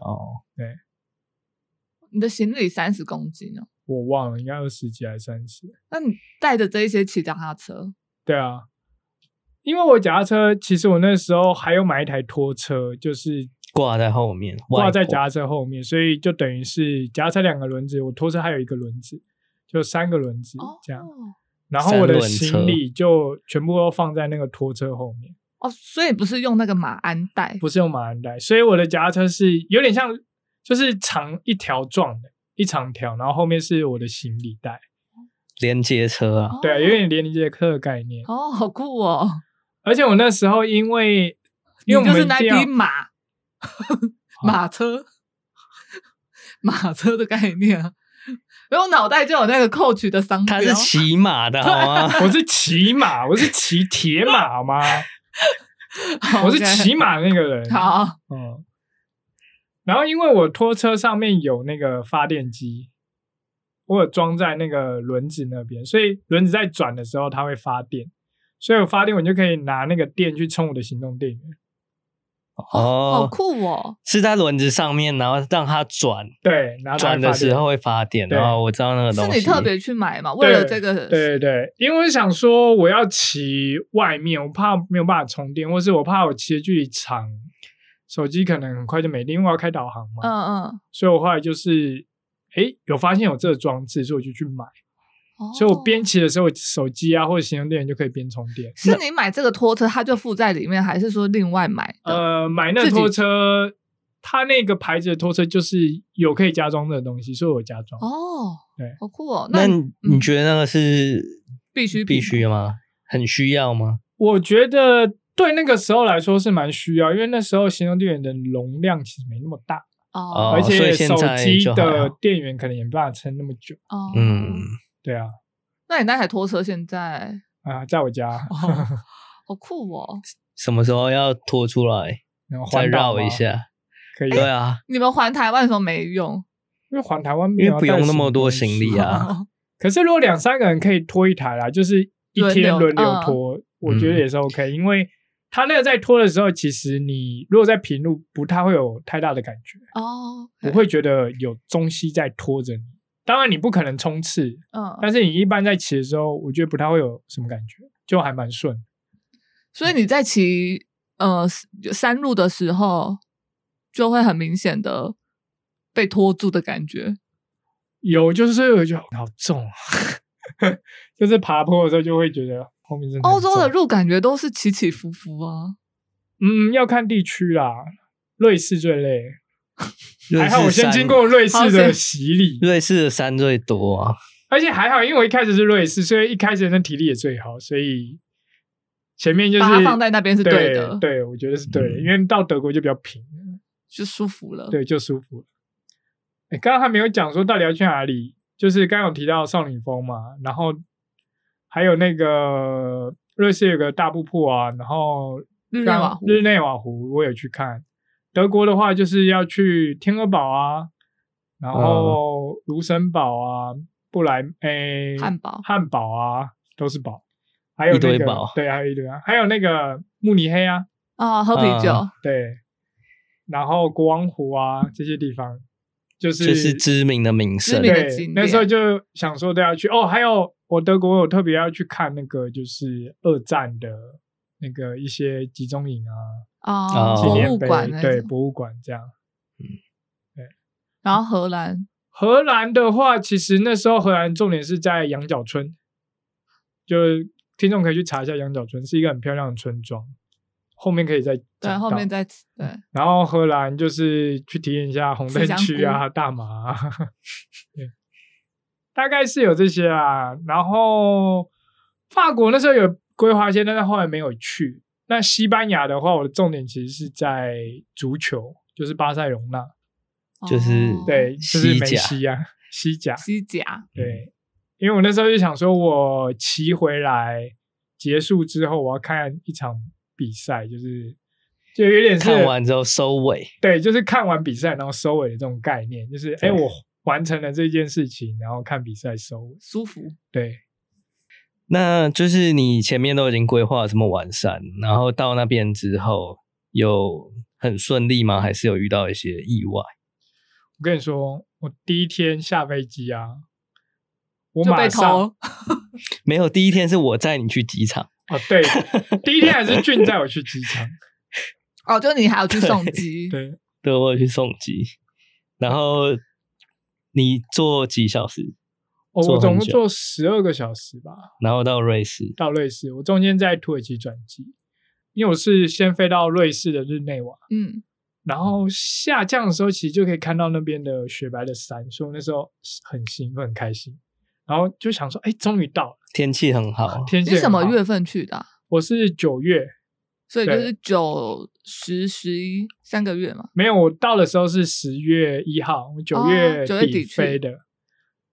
[SPEAKER 3] 哦，
[SPEAKER 1] 你的行李三十公斤哦，
[SPEAKER 2] 我忘了，应该二十几还是三十。
[SPEAKER 1] 那你带着这一些骑脚踏车，
[SPEAKER 2] 对啊，因为我脚踏车，其实我那时候还有买一台拖车，就是
[SPEAKER 3] 挂在后面，
[SPEAKER 2] 挂在
[SPEAKER 3] 外国
[SPEAKER 2] 脚踏车后面，所以就等于是脚踏车两个轮子，我拖车还有一个轮子，就三个轮子
[SPEAKER 1] 哦
[SPEAKER 2] 这样。然后我
[SPEAKER 3] 三
[SPEAKER 2] 的
[SPEAKER 3] 轮车
[SPEAKER 2] 行李就全部都放在那个拖车后面，
[SPEAKER 1] 哦，所以不是用那个马鞍带，
[SPEAKER 2] 不是用马鞍带，所以我的脚踏车是有点像，就是长一条状的，一长条，然后后面是我的行李袋，
[SPEAKER 3] 连接车啊，
[SPEAKER 1] 哦
[SPEAKER 2] 对，有点连接客的概念。
[SPEAKER 1] 哦，好酷哦，
[SPEAKER 2] 而且我那时候因为，
[SPEAKER 1] 你
[SPEAKER 2] 因为我
[SPEAKER 1] 就
[SPEAKER 2] 们啊
[SPEAKER 1] 是那
[SPEAKER 2] 一定要
[SPEAKER 1] 匹马，马车， <laughs> 马车的概念啊。然后脑袋就有那个 coach 的商标，
[SPEAKER 3] 他是骑马的好
[SPEAKER 1] <laughs>
[SPEAKER 3] 吗？
[SPEAKER 2] 我是骑马，我是骑铁马好吗？
[SPEAKER 1] 好
[SPEAKER 2] 我是
[SPEAKER 1] 哦 OK
[SPEAKER 2] 骑马那个人。，
[SPEAKER 1] 好
[SPEAKER 2] 嗯。然后因为我拖车上面有那个发电机，我有装在那个轮子那边，所以轮子在转的时候它会发电，所以我发电我就可以拿那个电去充我的行动电源。
[SPEAKER 1] 好
[SPEAKER 3] 哦，
[SPEAKER 1] 酷哦！
[SPEAKER 3] 是在轮子上面，然后让它转，
[SPEAKER 2] 对，然后它
[SPEAKER 3] 转
[SPEAKER 2] 会
[SPEAKER 3] 的
[SPEAKER 2] 发
[SPEAKER 3] 时
[SPEAKER 2] 电
[SPEAKER 3] 候会发电，
[SPEAKER 2] 对
[SPEAKER 3] 然后我知道那个
[SPEAKER 1] 是
[SPEAKER 3] 东西。
[SPEAKER 1] 你特别去买嘛？为了这个，
[SPEAKER 2] 对对对，因为我想说我要骑外面，我怕没有办法充电，或是我怕我骑的距离长，手机可能很快就没电，因为我要开导航嘛。
[SPEAKER 1] 嗯嗯，
[SPEAKER 2] 所以我后来就是，诶，有发现有这个装置，所以我就去买。
[SPEAKER 1] 哦
[SPEAKER 2] 所以我边骑的时候，我手机啊或者行动电源就可以边充电。
[SPEAKER 1] 是你买这个拖车，它就附在里面，还是说另外买的？
[SPEAKER 2] 呃，买那
[SPEAKER 1] 自己
[SPEAKER 2] 拖车，它那个牌子的拖车就是有可以加装的东西，所以我加装。
[SPEAKER 1] 哦，
[SPEAKER 2] 对
[SPEAKER 1] 好酷哦！
[SPEAKER 3] 那
[SPEAKER 1] 你
[SPEAKER 3] 你你觉得那个是
[SPEAKER 1] 必需品
[SPEAKER 3] 必须吗？很需要吗？
[SPEAKER 2] 我觉得对那个时候来说是蛮需要，因为那时候行动电源的容量其实没那么大，
[SPEAKER 1] 哦
[SPEAKER 2] 而
[SPEAKER 3] 所
[SPEAKER 2] 且
[SPEAKER 3] 以现
[SPEAKER 2] 手
[SPEAKER 3] 在
[SPEAKER 2] 机
[SPEAKER 3] 就还
[SPEAKER 2] 的
[SPEAKER 3] 好
[SPEAKER 2] 电源可能也没办法撑那么久。
[SPEAKER 1] 哦，
[SPEAKER 3] 嗯，
[SPEAKER 2] 对啊，
[SPEAKER 1] 那你那台拖车现在
[SPEAKER 2] 啊、在我家，
[SPEAKER 1] 哦，好酷哦！
[SPEAKER 3] 什么时候要拖出来？
[SPEAKER 2] 然后
[SPEAKER 3] 再
[SPEAKER 2] 环岛
[SPEAKER 3] 绕一
[SPEAKER 2] 吗，
[SPEAKER 3] 下。
[SPEAKER 2] 可以啊，
[SPEAKER 3] 对啊，
[SPEAKER 1] 你们环台湾的时候没用，
[SPEAKER 2] 因为环台湾没
[SPEAKER 3] 因
[SPEAKER 2] 有
[SPEAKER 3] 为不
[SPEAKER 2] 要带
[SPEAKER 3] 用那么多
[SPEAKER 2] 行
[SPEAKER 3] 行李啊。
[SPEAKER 2] 可是如果两三个人可以拖一台啦，就是一天
[SPEAKER 1] 轮流嗯
[SPEAKER 2] 轮流拖，我
[SPEAKER 3] 嗯
[SPEAKER 2] 觉得也是 OK，、因为他那个在拖的时候，其实你如果在平路，不太会有太大的感觉，
[SPEAKER 1] <laughs> 哦，
[SPEAKER 2] 不会觉得有东西在拖着你。当然你不可能冲刺，
[SPEAKER 1] 嗯，
[SPEAKER 2] 但是你一般在骑的时候，我觉得不太会有什么感觉，就还蛮顺。
[SPEAKER 1] 所以你在骑呃山路的时候，就会很明显的被拖住的感觉。
[SPEAKER 2] 有就是我觉得好重啊， <laughs> 就是爬坡的时候就会觉得后面真的很
[SPEAKER 1] 欧洲的
[SPEAKER 2] 重，
[SPEAKER 1] 路感觉都是起起伏伏啊，
[SPEAKER 2] 嗯，要看地区啦，瑞士最累。
[SPEAKER 3] 瑞
[SPEAKER 2] 还好
[SPEAKER 3] 士
[SPEAKER 2] 我先
[SPEAKER 3] 山
[SPEAKER 2] 经过瑞士
[SPEAKER 1] 好
[SPEAKER 2] 的
[SPEAKER 1] 险
[SPEAKER 2] 洗礼，
[SPEAKER 3] 瑞士的山最多啊，
[SPEAKER 2] 而且还好，因为我一开始是瑞士，所以一开始那体力也最好，所以前面就是
[SPEAKER 1] 把它放在那边是
[SPEAKER 2] 对
[SPEAKER 1] 的，
[SPEAKER 2] 对，我觉得是对的，
[SPEAKER 3] 嗯
[SPEAKER 2] 因为到德国就比较平，
[SPEAKER 1] 就舒服了。
[SPEAKER 2] 对，就舒服了。哎，刚刚还没有讲说到底要去哪里，就是刚刚有提到少女峰嘛，然后还有那个瑞士有个大瀑布啊，然后
[SPEAKER 1] 日内
[SPEAKER 2] 刚
[SPEAKER 1] 瓦湖
[SPEAKER 2] 日内瓦湖我有去看，德国的话就是要去天鹅堡啊，然后卢森堡啊，布莱诶
[SPEAKER 1] 汉堡
[SPEAKER 2] 汉堡啊，都是堡，还有、那个、
[SPEAKER 3] 一堆堡
[SPEAKER 2] 对，还有一堆啊，还有那个慕尼黑啊，
[SPEAKER 1] 啊、喝啤酒
[SPEAKER 2] 嗯
[SPEAKER 3] 啊，
[SPEAKER 2] 对，然后国王湖啊这些地方，就是
[SPEAKER 3] 这是知名的名胜
[SPEAKER 1] 知名。的
[SPEAKER 2] 对
[SPEAKER 1] 景，
[SPEAKER 2] 那时候
[SPEAKER 1] 点
[SPEAKER 2] 就想说都要去哦。还有我德国有特别要去看那个就是二战的那个一些集中营啊，
[SPEAKER 1] 啊、
[SPEAKER 3] 哦
[SPEAKER 2] 纪
[SPEAKER 1] 博
[SPEAKER 2] 念
[SPEAKER 1] 物
[SPEAKER 2] 碑
[SPEAKER 1] 馆那
[SPEAKER 2] 对
[SPEAKER 1] 种
[SPEAKER 2] 博物馆这样。
[SPEAKER 1] 然后荷兰
[SPEAKER 2] 荷兰的话，其实那时候荷兰重点是在羊角村，就听众可以去查一下羊角村，是一个很漂亮的村庄。后面可以再
[SPEAKER 1] 对，
[SPEAKER 2] 讲
[SPEAKER 1] 后
[SPEAKER 2] 到嗯
[SPEAKER 1] 面再对
[SPEAKER 2] 然后荷兰就是去体验一下红灯区啊、大麻、啊，对大概是有这些啊。然后法国那时候有规划一些，但是后来没有去。那西班牙的话，我的重点其实是在足球，就是巴塞隆纳，
[SPEAKER 3] 就是
[SPEAKER 1] 哦
[SPEAKER 2] 对，就是梅
[SPEAKER 3] 西甲
[SPEAKER 2] 西啊，西甲，
[SPEAKER 1] 西甲
[SPEAKER 3] 嗯
[SPEAKER 2] 对。因为我那时候就想说，我骑回来结束之后，我要看一场比赛，就是就有点是
[SPEAKER 3] 看完之后收尾，
[SPEAKER 2] 对，就是看完比赛然后收尾的这种概念，就是哎，
[SPEAKER 3] 对
[SPEAKER 2] 我完成了这件事情，然后看比赛收尾。
[SPEAKER 1] 舒服，
[SPEAKER 2] 对，
[SPEAKER 3] 那就是你前面都已经规划得这么完善，然后到那边之后有很顺利吗？还是有遇到一些意外？
[SPEAKER 2] 我跟你说，我第一天下飞机啊，我
[SPEAKER 1] 就
[SPEAKER 2] 马
[SPEAKER 1] 被
[SPEAKER 2] 上 <laughs>
[SPEAKER 1] 偷
[SPEAKER 3] 没有，第一天是我载你去机场，
[SPEAKER 2] 哦，对，
[SPEAKER 3] <laughs>
[SPEAKER 2] 第一天还是俊载我去机场，
[SPEAKER 1] 哦，就你还有去送机，
[SPEAKER 2] 对，
[SPEAKER 3] 对我有去送机，然后你坐几小时，
[SPEAKER 2] 哦、
[SPEAKER 3] 坐
[SPEAKER 2] 我
[SPEAKER 3] 很
[SPEAKER 2] 总共
[SPEAKER 3] 久
[SPEAKER 2] 坐十二个小时吧
[SPEAKER 3] 然后到瑞士，
[SPEAKER 2] 到瑞士，我中间在土耳其转机，因为我是先飞到瑞士的日内瓦，
[SPEAKER 1] 嗯，
[SPEAKER 2] 然后下降的时候，其实就可以看到那边的雪白的山，所以我那时候很兴奋、很开心。然后就想说，哎，终于到了，
[SPEAKER 3] 天气很好，
[SPEAKER 2] 天气
[SPEAKER 1] 你
[SPEAKER 2] 很
[SPEAKER 1] 什么
[SPEAKER 2] 好？
[SPEAKER 1] 月份去的啊、
[SPEAKER 2] 我是九月，
[SPEAKER 1] 所以就
[SPEAKER 2] 对
[SPEAKER 1] 是九十十一三个月嘛，
[SPEAKER 2] 没有，我到的时候是十月一号，我九月
[SPEAKER 1] 哦九月底
[SPEAKER 2] 底
[SPEAKER 1] 去
[SPEAKER 2] 飞的。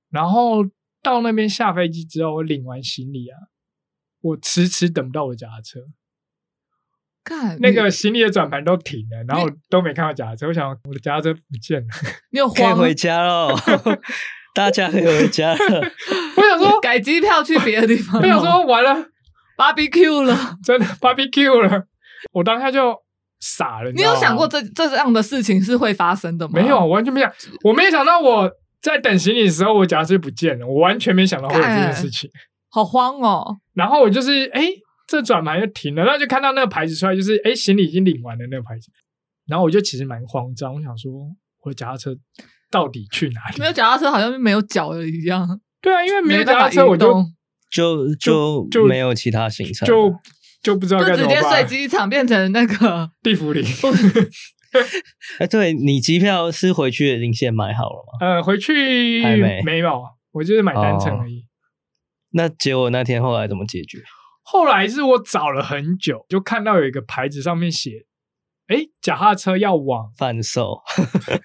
[SPEAKER 2] 然后到那边下飞机之后，我领完行李啊，我迟迟等不到我脚踏车，
[SPEAKER 1] 看
[SPEAKER 2] 那个
[SPEAKER 1] 你
[SPEAKER 2] 行李的转盘都停了，然后我都没看到脚踏车，我想我的脚踏车不见了， <laughs>
[SPEAKER 1] 你有
[SPEAKER 3] 可以
[SPEAKER 1] 慌
[SPEAKER 3] 回家喽， <laughs> 大家可以回家了。
[SPEAKER 2] 我想说，
[SPEAKER 1] 改机票去别的地方，
[SPEAKER 2] 我想说完了。
[SPEAKER 1] barbecue 了。
[SPEAKER 2] 真的 barbecue 了，我当下就傻了。你
[SPEAKER 1] 你
[SPEAKER 2] 知道
[SPEAKER 1] 有
[SPEAKER 2] 吗
[SPEAKER 1] 想过这这样的事情是会发生的吗？
[SPEAKER 2] 没有？我完全没想，我没想到我在等行李的时候，我夹车不见了，我完全没想到会有这件事情。
[SPEAKER 1] 好慌哦，
[SPEAKER 2] 然后我就是哎，诶这转盘就停了，然后就看到那个牌子出来，就是哎，诶行李已经领完了那个牌子。然后我就其实蛮慌张，我想说我的脚踏车到底去哪
[SPEAKER 1] 没有
[SPEAKER 2] 里？
[SPEAKER 1] 脚踏车好像没有脚了一样，
[SPEAKER 2] 对啊，因为没有
[SPEAKER 1] 没
[SPEAKER 2] 脚
[SPEAKER 1] 办
[SPEAKER 2] 踏
[SPEAKER 1] 法
[SPEAKER 2] 车，我
[SPEAKER 1] 移
[SPEAKER 2] 就
[SPEAKER 1] 动，
[SPEAKER 3] 就
[SPEAKER 2] <laughs>
[SPEAKER 3] 就
[SPEAKER 2] 就
[SPEAKER 3] 没有其他行程，
[SPEAKER 2] 就就不知道
[SPEAKER 1] 就
[SPEAKER 2] 该
[SPEAKER 1] 直
[SPEAKER 2] 怎
[SPEAKER 1] 接
[SPEAKER 2] 么
[SPEAKER 1] 睡
[SPEAKER 2] 办。
[SPEAKER 1] 机场变成那
[SPEAKER 2] <laughs>
[SPEAKER 1] 个
[SPEAKER 2] 地
[SPEAKER 1] <laughs>
[SPEAKER 2] 府里，
[SPEAKER 3] 哎，对你机票是回去已经先买好了吗？
[SPEAKER 2] 呃，回去
[SPEAKER 3] 还没哦
[SPEAKER 2] 没有，啊我就是买单程而已。
[SPEAKER 3] 那结果那天后来怎么解决？
[SPEAKER 2] 后来是我找了很久，就看到有一个牌子上面写：“哎，脚踏车要往
[SPEAKER 3] 贩售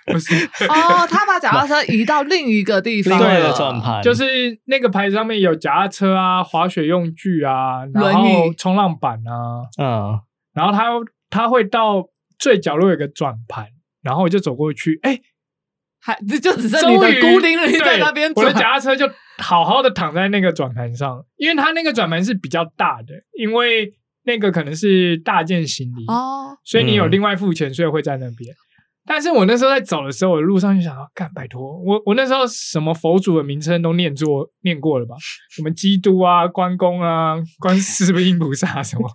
[SPEAKER 2] 不
[SPEAKER 3] <laughs>
[SPEAKER 2] 是，
[SPEAKER 1] 哦，他把脚踏车移到另一个地
[SPEAKER 3] 另
[SPEAKER 1] 方了，
[SPEAKER 3] 外的转
[SPEAKER 1] 啊
[SPEAKER 3] 盘，
[SPEAKER 2] 就是那个牌子上面有脚踏车啊、滑雪用具啊，然
[SPEAKER 1] 轮
[SPEAKER 2] 后
[SPEAKER 1] 椅
[SPEAKER 2] 冲浪板啊，
[SPEAKER 3] 嗯，
[SPEAKER 2] 然后它它会到最角落有个转盘，然后我就走过去，哎，
[SPEAKER 1] 还这就只剩
[SPEAKER 2] 终
[SPEAKER 1] 你
[SPEAKER 2] 于
[SPEAKER 1] 的孤零零在
[SPEAKER 2] <laughs> 对
[SPEAKER 1] 那边
[SPEAKER 2] 我的脚
[SPEAKER 1] 转，
[SPEAKER 2] 踏车就好好的躺在那个转盘上，因为它那个转盘是比较大的，因为那个可能是大件行李
[SPEAKER 1] 哦，
[SPEAKER 2] 所以你有
[SPEAKER 3] 嗯
[SPEAKER 2] 另外付钱，所以会在那边。但是我那时候在走的时候，我路上就想到，干拜托，我我那时候什么佛祖的名称都念做念过了吧？什么基督啊、关公啊、观世音菩萨
[SPEAKER 1] <laughs>
[SPEAKER 2] 什么？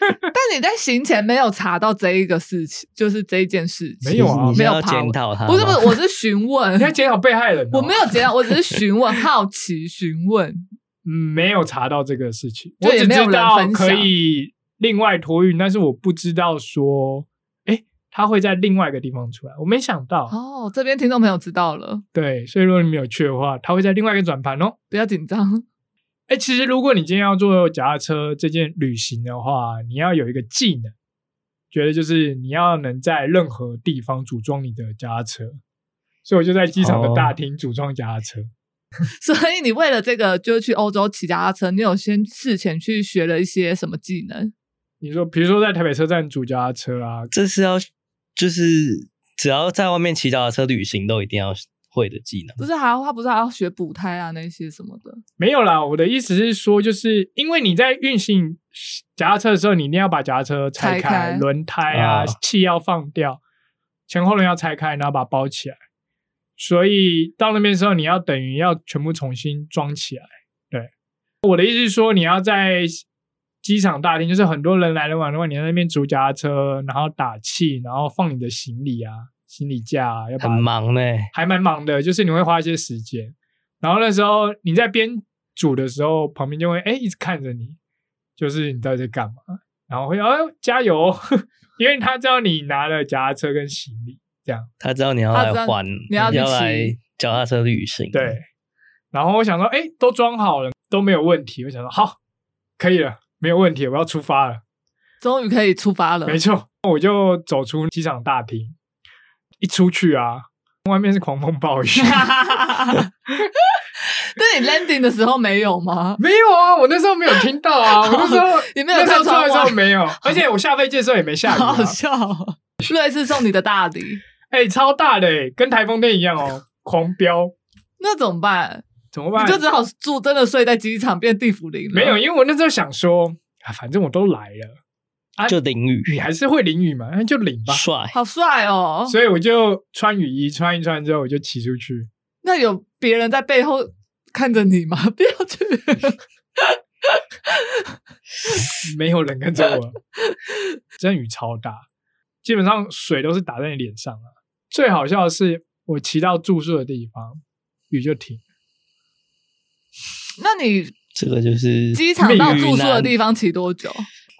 [SPEAKER 1] 但你在行前没有查到这一个事情，就是这一件事情，
[SPEAKER 2] 没有啊
[SPEAKER 3] 你是
[SPEAKER 1] 没有
[SPEAKER 3] 要
[SPEAKER 1] 爬
[SPEAKER 3] 检
[SPEAKER 1] 文
[SPEAKER 3] 讨他吗，
[SPEAKER 1] 不是不是，我是询问
[SPEAKER 2] 你，要检讨被害人哦、
[SPEAKER 1] 我没有检讨，我只是询问，好奇询问。
[SPEAKER 2] 嗯没有查到这个事情，
[SPEAKER 1] 就
[SPEAKER 2] 我
[SPEAKER 1] 也
[SPEAKER 2] 只
[SPEAKER 1] 没有
[SPEAKER 2] 知
[SPEAKER 1] 人
[SPEAKER 2] 道
[SPEAKER 1] 分
[SPEAKER 2] 可
[SPEAKER 1] 享
[SPEAKER 2] 以另外托运，但是我不知道说，哎，他会在另外一个地方出来，我没想到。
[SPEAKER 1] 哦，这边听众朋友知道了，
[SPEAKER 2] 对，所以如果你没有去的话，他会在另外一个转盘哦。
[SPEAKER 1] 不要紧张。
[SPEAKER 2] 哎、其实如果你今天要做脚踏车这件旅行的话，你要有一个技能，觉得就是你要能在任何地方组装你的脚踏车。所以我就在机场的大厅组装脚踏车。
[SPEAKER 1] 所以你为了这个就去欧洲骑脚踏车，你有先事前去学了一些什么技能？
[SPEAKER 2] 你说，比如说在台北车站组脚踏车啊，
[SPEAKER 3] 这是要就是只要在外面骑脚踏车旅行，都一定要会的技能。
[SPEAKER 1] 不是还要他不是还要学补胎啊那些什么的，
[SPEAKER 2] 没有啦，我的意思是说，就是因为你在运行脚踏车的时候，你一定要把脚踏车拆
[SPEAKER 1] 拆开
[SPEAKER 2] 开，轮胎啊
[SPEAKER 3] 啊，
[SPEAKER 2] 气要放掉，前后轮要拆开，然后把它包起来。所以到那边的时候，你要等于要全部重新装起来。对，我的意思是说，你要在机场大厅，就是很多人来来往的话，你在那边租脚踏车，然后打气，然后放你的行李啊、行李架啊，要把
[SPEAKER 3] 很
[SPEAKER 2] 它
[SPEAKER 3] 忙呢、
[SPEAKER 2] 还蛮忙的，就是你会花一些时间。然后那时候你在编组的时候，旁边就会哎一直看着你，就是你到底在干嘛，然后会哦加油， <laughs> 因为他知道你拿了脚踏车跟行李这样。
[SPEAKER 3] 他知道你要
[SPEAKER 1] 他知
[SPEAKER 3] 来
[SPEAKER 1] 道
[SPEAKER 3] 环，
[SPEAKER 1] 你要去
[SPEAKER 3] 来
[SPEAKER 1] 骑
[SPEAKER 3] 脚踏车旅行。
[SPEAKER 2] 对，，然后我想说哎都装好了都没有问题，我想说好可以了，没有问题，我要出发了。
[SPEAKER 1] 终于可以出发了。
[SPEAKER 2] 没错，我就走出机场大厅，一出去啊，外面是狂风暴雨。
[SPEAKER 1] 对你 landing 的时候没有吗？
[SPEAKER 2] 没有啊，我那时候没有听到啊，我那时候
[SPEAKER 1] 你没有
[SPEAKER 2] 那时
[SPEAKER 1] 看
[SPEAKER 2] 候出来的时
[SPEAKER 1] 窗
[SPEAKER 2] 候
[SPEAKER 1] 外 <laughs>
[SPEAKER 2] 没有，而且我下飞机的时候也没下雨、
[SPEAKER 1] 好
[SPEAKER 2] 啊
[SPEAKER 1] 好，笑哦、瑞士送你的大礼，
[SPEAKER 2] 哎、超大的、欸，跟台风天一样
[SPEAKER 1] <laughs>
[SPEAKER 2] 哦，狂飙，
[SPEAKER 1] 那怎么办？
[SPEAKER 2] 怎么办
[SPEAKER 1] 你？就只好住，真的睡在机场变地府灵了。
[SPEAKER 2] 没有，，因为我那时候想说，啊、反正我都来了，
[SPEAKER 3] 就淋雨，
[SPEAKER 2] 你还是会淋雨嘛，那就淋吧。
[SPEAKER 3] 帅。
[SPEAKER 1] 好帅哦！
[SPEAKER 2] 所以我就穿雨衣穿一穿之后，我就骑出去。
[SPEAKER 1] 那有别人在背后看着你吗？ <laughs> 不要去，
[SPEAKER 2] <laughs> 没有人跟着
[SPEAKER 1] <laughs>
[SPEAKER 2] 我，真的雨超大，基本上水都是打在你脸上啊。最好笑的是，我骑到住宿的地方，雨就停了。
[SPEAKER 1] 那你
[SPEAKER 3] 这个就是
[SPEAKER 1] 机场到
[SPEAKER 3] 命运
[SPEAKER 1] 住宿的
[SPEAKER 3] 难
[SPEAKER 1] 地方骑多久？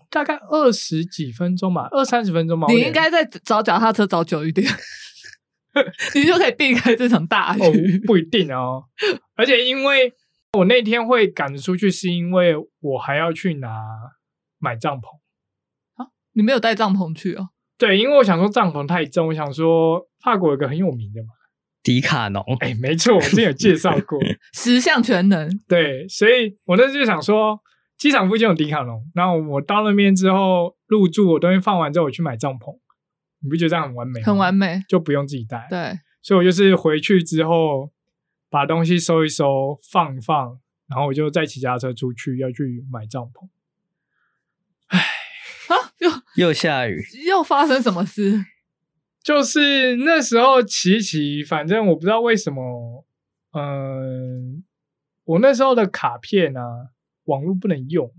[SPEAKER 2] 大概二十几分钟吧，二三十分钟吧。
[SPEAKER 1] 你
[SPEAKER 2] 我有
[SPEAKER 1] 应该再找脚踏车找久
[SPEAKER 2] <laughs>
[SPEAKER 1] 一点，你就可以避开这场大 <laughs>
[SPEAKER 2] 哦
[SPEAKER 1] 雨。，
[SPEAKER 2] 不一定哦。而且因为我那天会赶着出去，是因为我还要去拿买帐篷。
[SPEAKER 1] 你没有带帐篷去哦？
[SPEAKER 2] 对，因为我想说帐篷太重，我想说法国有个很有名的嘛，
[SPEAKER 3] 迪卡侬，
[SPEAKER 2] 哎，没错，我之前有介绍过。
[SPEAKER 1] 十项全能，
[SPEAKER 2] 对，所以我那时候就想说，机场附近有迪卡侬，然后我到那边之后入住，我东西放完之后，我去买帐篷，你不觉得这样很完美吗？
[SPEAKER 1] 很完美。
[SPEAKER 2] 就不用自己带。
[SPEAKER 1] 对，
[SPEAKER 2] 所以我就是回去之后把东西收一收，放一放，然后我就再骑脚踏车出去要去买帐篷。
[SPEAKER 1] 啊，又
[SPEAKER 3] 又下雨，
[SPEAKER 1] 又发生什么事？
[SPEAKER 2] 就是那时候骑一骑，反正我不知道为什么，嗯、我那时候的卡片啊，网络不能用。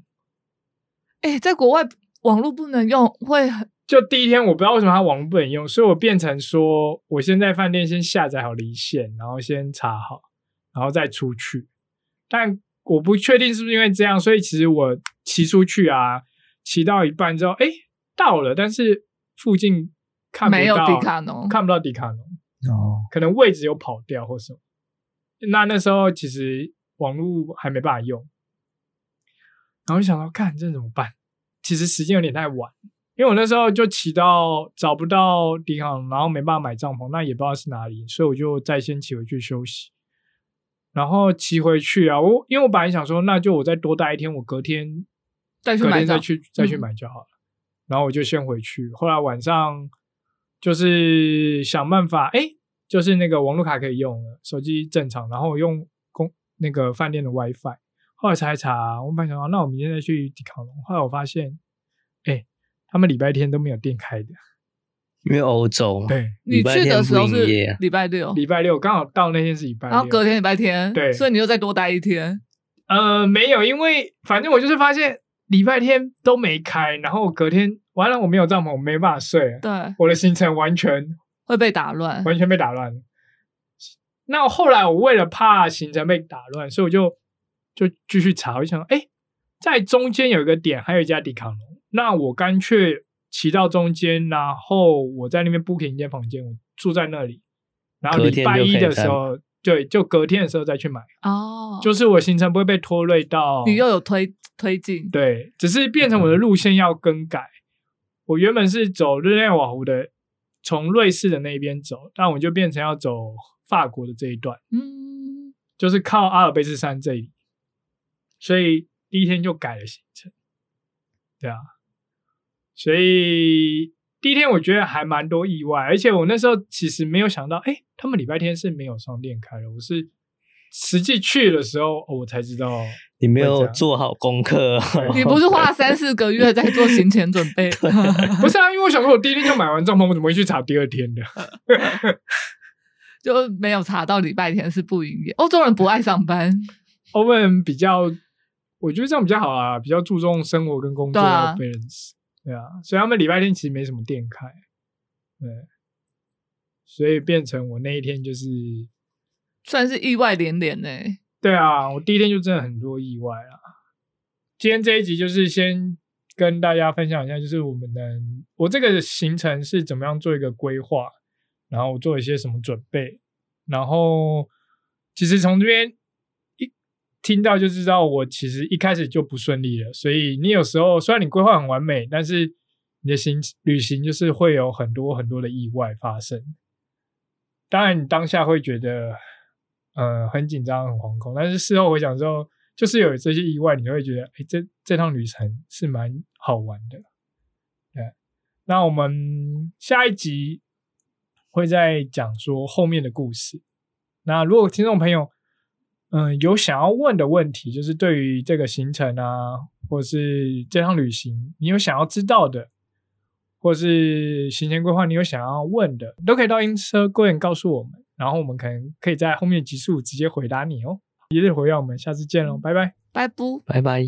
[SPEAKER 1] 哎、在国外网络不能用，会很
[SPEAKER 2] 就第一天我不知道为什么它网络不能用，所以我变成说，我先在饭店先下载好离线，然后先查好，然后再出去。但我不确定是不是因为这样，所以其实我骑出去啊，骑到一半之后，哎，到了，但是附近看不到
[SPEAKER 1] 没有迪卡侬
[SPEAKER 2] 看不到迪卡侬，
[SPEAKER 3] 哦，
[SPEAKER 2] 可能位置有跑掉或什么。那那时候其实网络还没办法用，然后就想到，看这怎么办？其实时间有点太晚，因为我那时候就骑到找不到地方，然后没办法买帐篷，那也不知道是哪里，所以我就再先骑回去休息。然后骑回去啊，我因为我本来想说，那就我再多待一天，我隔天
[SPEAKER 1] 再去
[SPEAKER 2] 隔
[SPEAKER 1] 买
[SPEAKER 2] 天再
[SPEAKER 1] 帐
[SPEAKER 2] 去再去
[SPEAKER 1] 嗯
[SPEAKER 2] 买就好了。然后我就先回去，后来晚上就是想办法，哎，就是那个网络卡可以用了，手机正常，然后我用公那个饭店的 WiFi。后来查一查，我本来想说，那我明天再去迪卡侬。后来我发现，哎，他们礼拜天都没有店开的。
[SPEAKER 3] 因为欧洲嘛，
[SPEAKER 2] 对，
[SPEAKER 1] 你
[SPEAKER 3] 礼拜
[SPEAKER 1] 去的
[SPEAKER 3] 天
[SPEAKER 1] 时候
[SPEAKER 3] 不
[SPEAKER 1] 是
[SPEAKER 3] 营业啊
[SPEAKER 1] 礼拜六，
[SPEAKER 2] 礼拜六刚好到那天是礼拜六，
[SPEAKER 1] 然后隔天礼拜天，
[SPEAKER 2] 对
[SPEAKER 1] 所以你又再多待一天。
[SPEAKER 2] 呃，没有，因为反正我就是发现礼拜天都没开，然后隔天完了我没有帐篷，我没办法睡了，
[SPEAKER 1] 对，
[SPEAKER 2] 我的行程完全
[SPEAKER 1] 会被打乱。
[SPEAKER 2] 完全被打乱了。那后来我为了怕行程被打乱，所以我就就继续查，我就想，哎，在中间有一个点，还有一家迪卡侬，那我干脆骑到中间，然后我在那边 booking 一间房间，我住在那里，然后
[SPEAKER 3] 隔
[SPEAKER 2] 礼
[SPEAKER 3] 天
[SPEAKER 2] 拜
[SPEAKER 3] 就
[SPEAKER 2] 一
[SPEAKER 3] 可以
[SPEAKER 2] 的
[SPEAKER 3] 再
[SPEAKER 2] 时候，对，就隔天的时候再去买。
[SPEAKER 1] 哦，
[SPEAKER 2] 就是我行程不会被拖累到。
[SPEAKER 1] 你又有推推进，
[SPEAKER 2] 对，只是变成我的路线要更改。我原本是走日内瓦湖的，从瑞士的那边走，但我就变成要走法国的这一段，
[SPEAKER 1] 嗯，
[SPEAKER 2] 就是靠阿尔卑斯山这里。所以第一天就改了行程，对啊，所以第一天我觉得还蛮多意外，而且我那时候其实没有想到，哎、他们礼拜天是没有商店开的，我是实际去的时候、哦我才知道。
[SPEAKER 3] 你没
[SPEAKER 2] 会这
[SPEAKER 3] 有
[SPEAKER 2] 样
[SPEAKER 3] 做好功课 <laughs> 哦，
[SPEAKER 1] 你
[SPEAKER 2] <laughs>
[SPEAKER 1] 不是花了三四个月在做行前准备？
[SPEAKER 2] 不是啊，因为我想说，我第一天就买完帐篷，我怎么会去查第二天的？ <laughs>
[SPEAKER 1] 就没有查到礼拜天是不营业。欧洲人不爱上班，
[SPEAKER 2] <laughs> 欧文比较，我觉得这样比较好啊，比较注重生活跟工作
[SPEAKER 1] 对啊
[SPEAKER 2] balance，对啊，所以他们礼拜天其实没什么店开，对，所以变成我那一天就是，
[SPEAKER 1] 算是意外连欸连呢、
[SPEAKER 2] 对啊，我第一天就真的很多意外啊。今天这一集就是先跟大家分享一下，就是我们的我这个行程是怎么样做一个规划，然后我做一些什么准备，然后其实从这边一听到就知道，我其实一开始就不顺利了。所以你有时候虽然你规划很完美，但是你的行旅行就是会有很多很多的意外发生。当然，你当下会觉得呃很紧张、很惶恐，但是事后回想之后，就是有这些意外，你会觉得，哎，这这趟旅程是蛮好玩的。对，那我们下一集会再讲说后面的故事。那如果听众朋友，嗯、有想要问的问题，就是对于这个行程啊，或是这趟旅行，你有想要知道的，或是行前规划，你有想要问的，都可以到 Instagram 告诉我们，然后我们可能可以在后面集数直接回答你哦。一日回到我们下次见喽，拜拜。
[SPEAKER 1] 拜不。
[SPEAKER 3] 拜拜。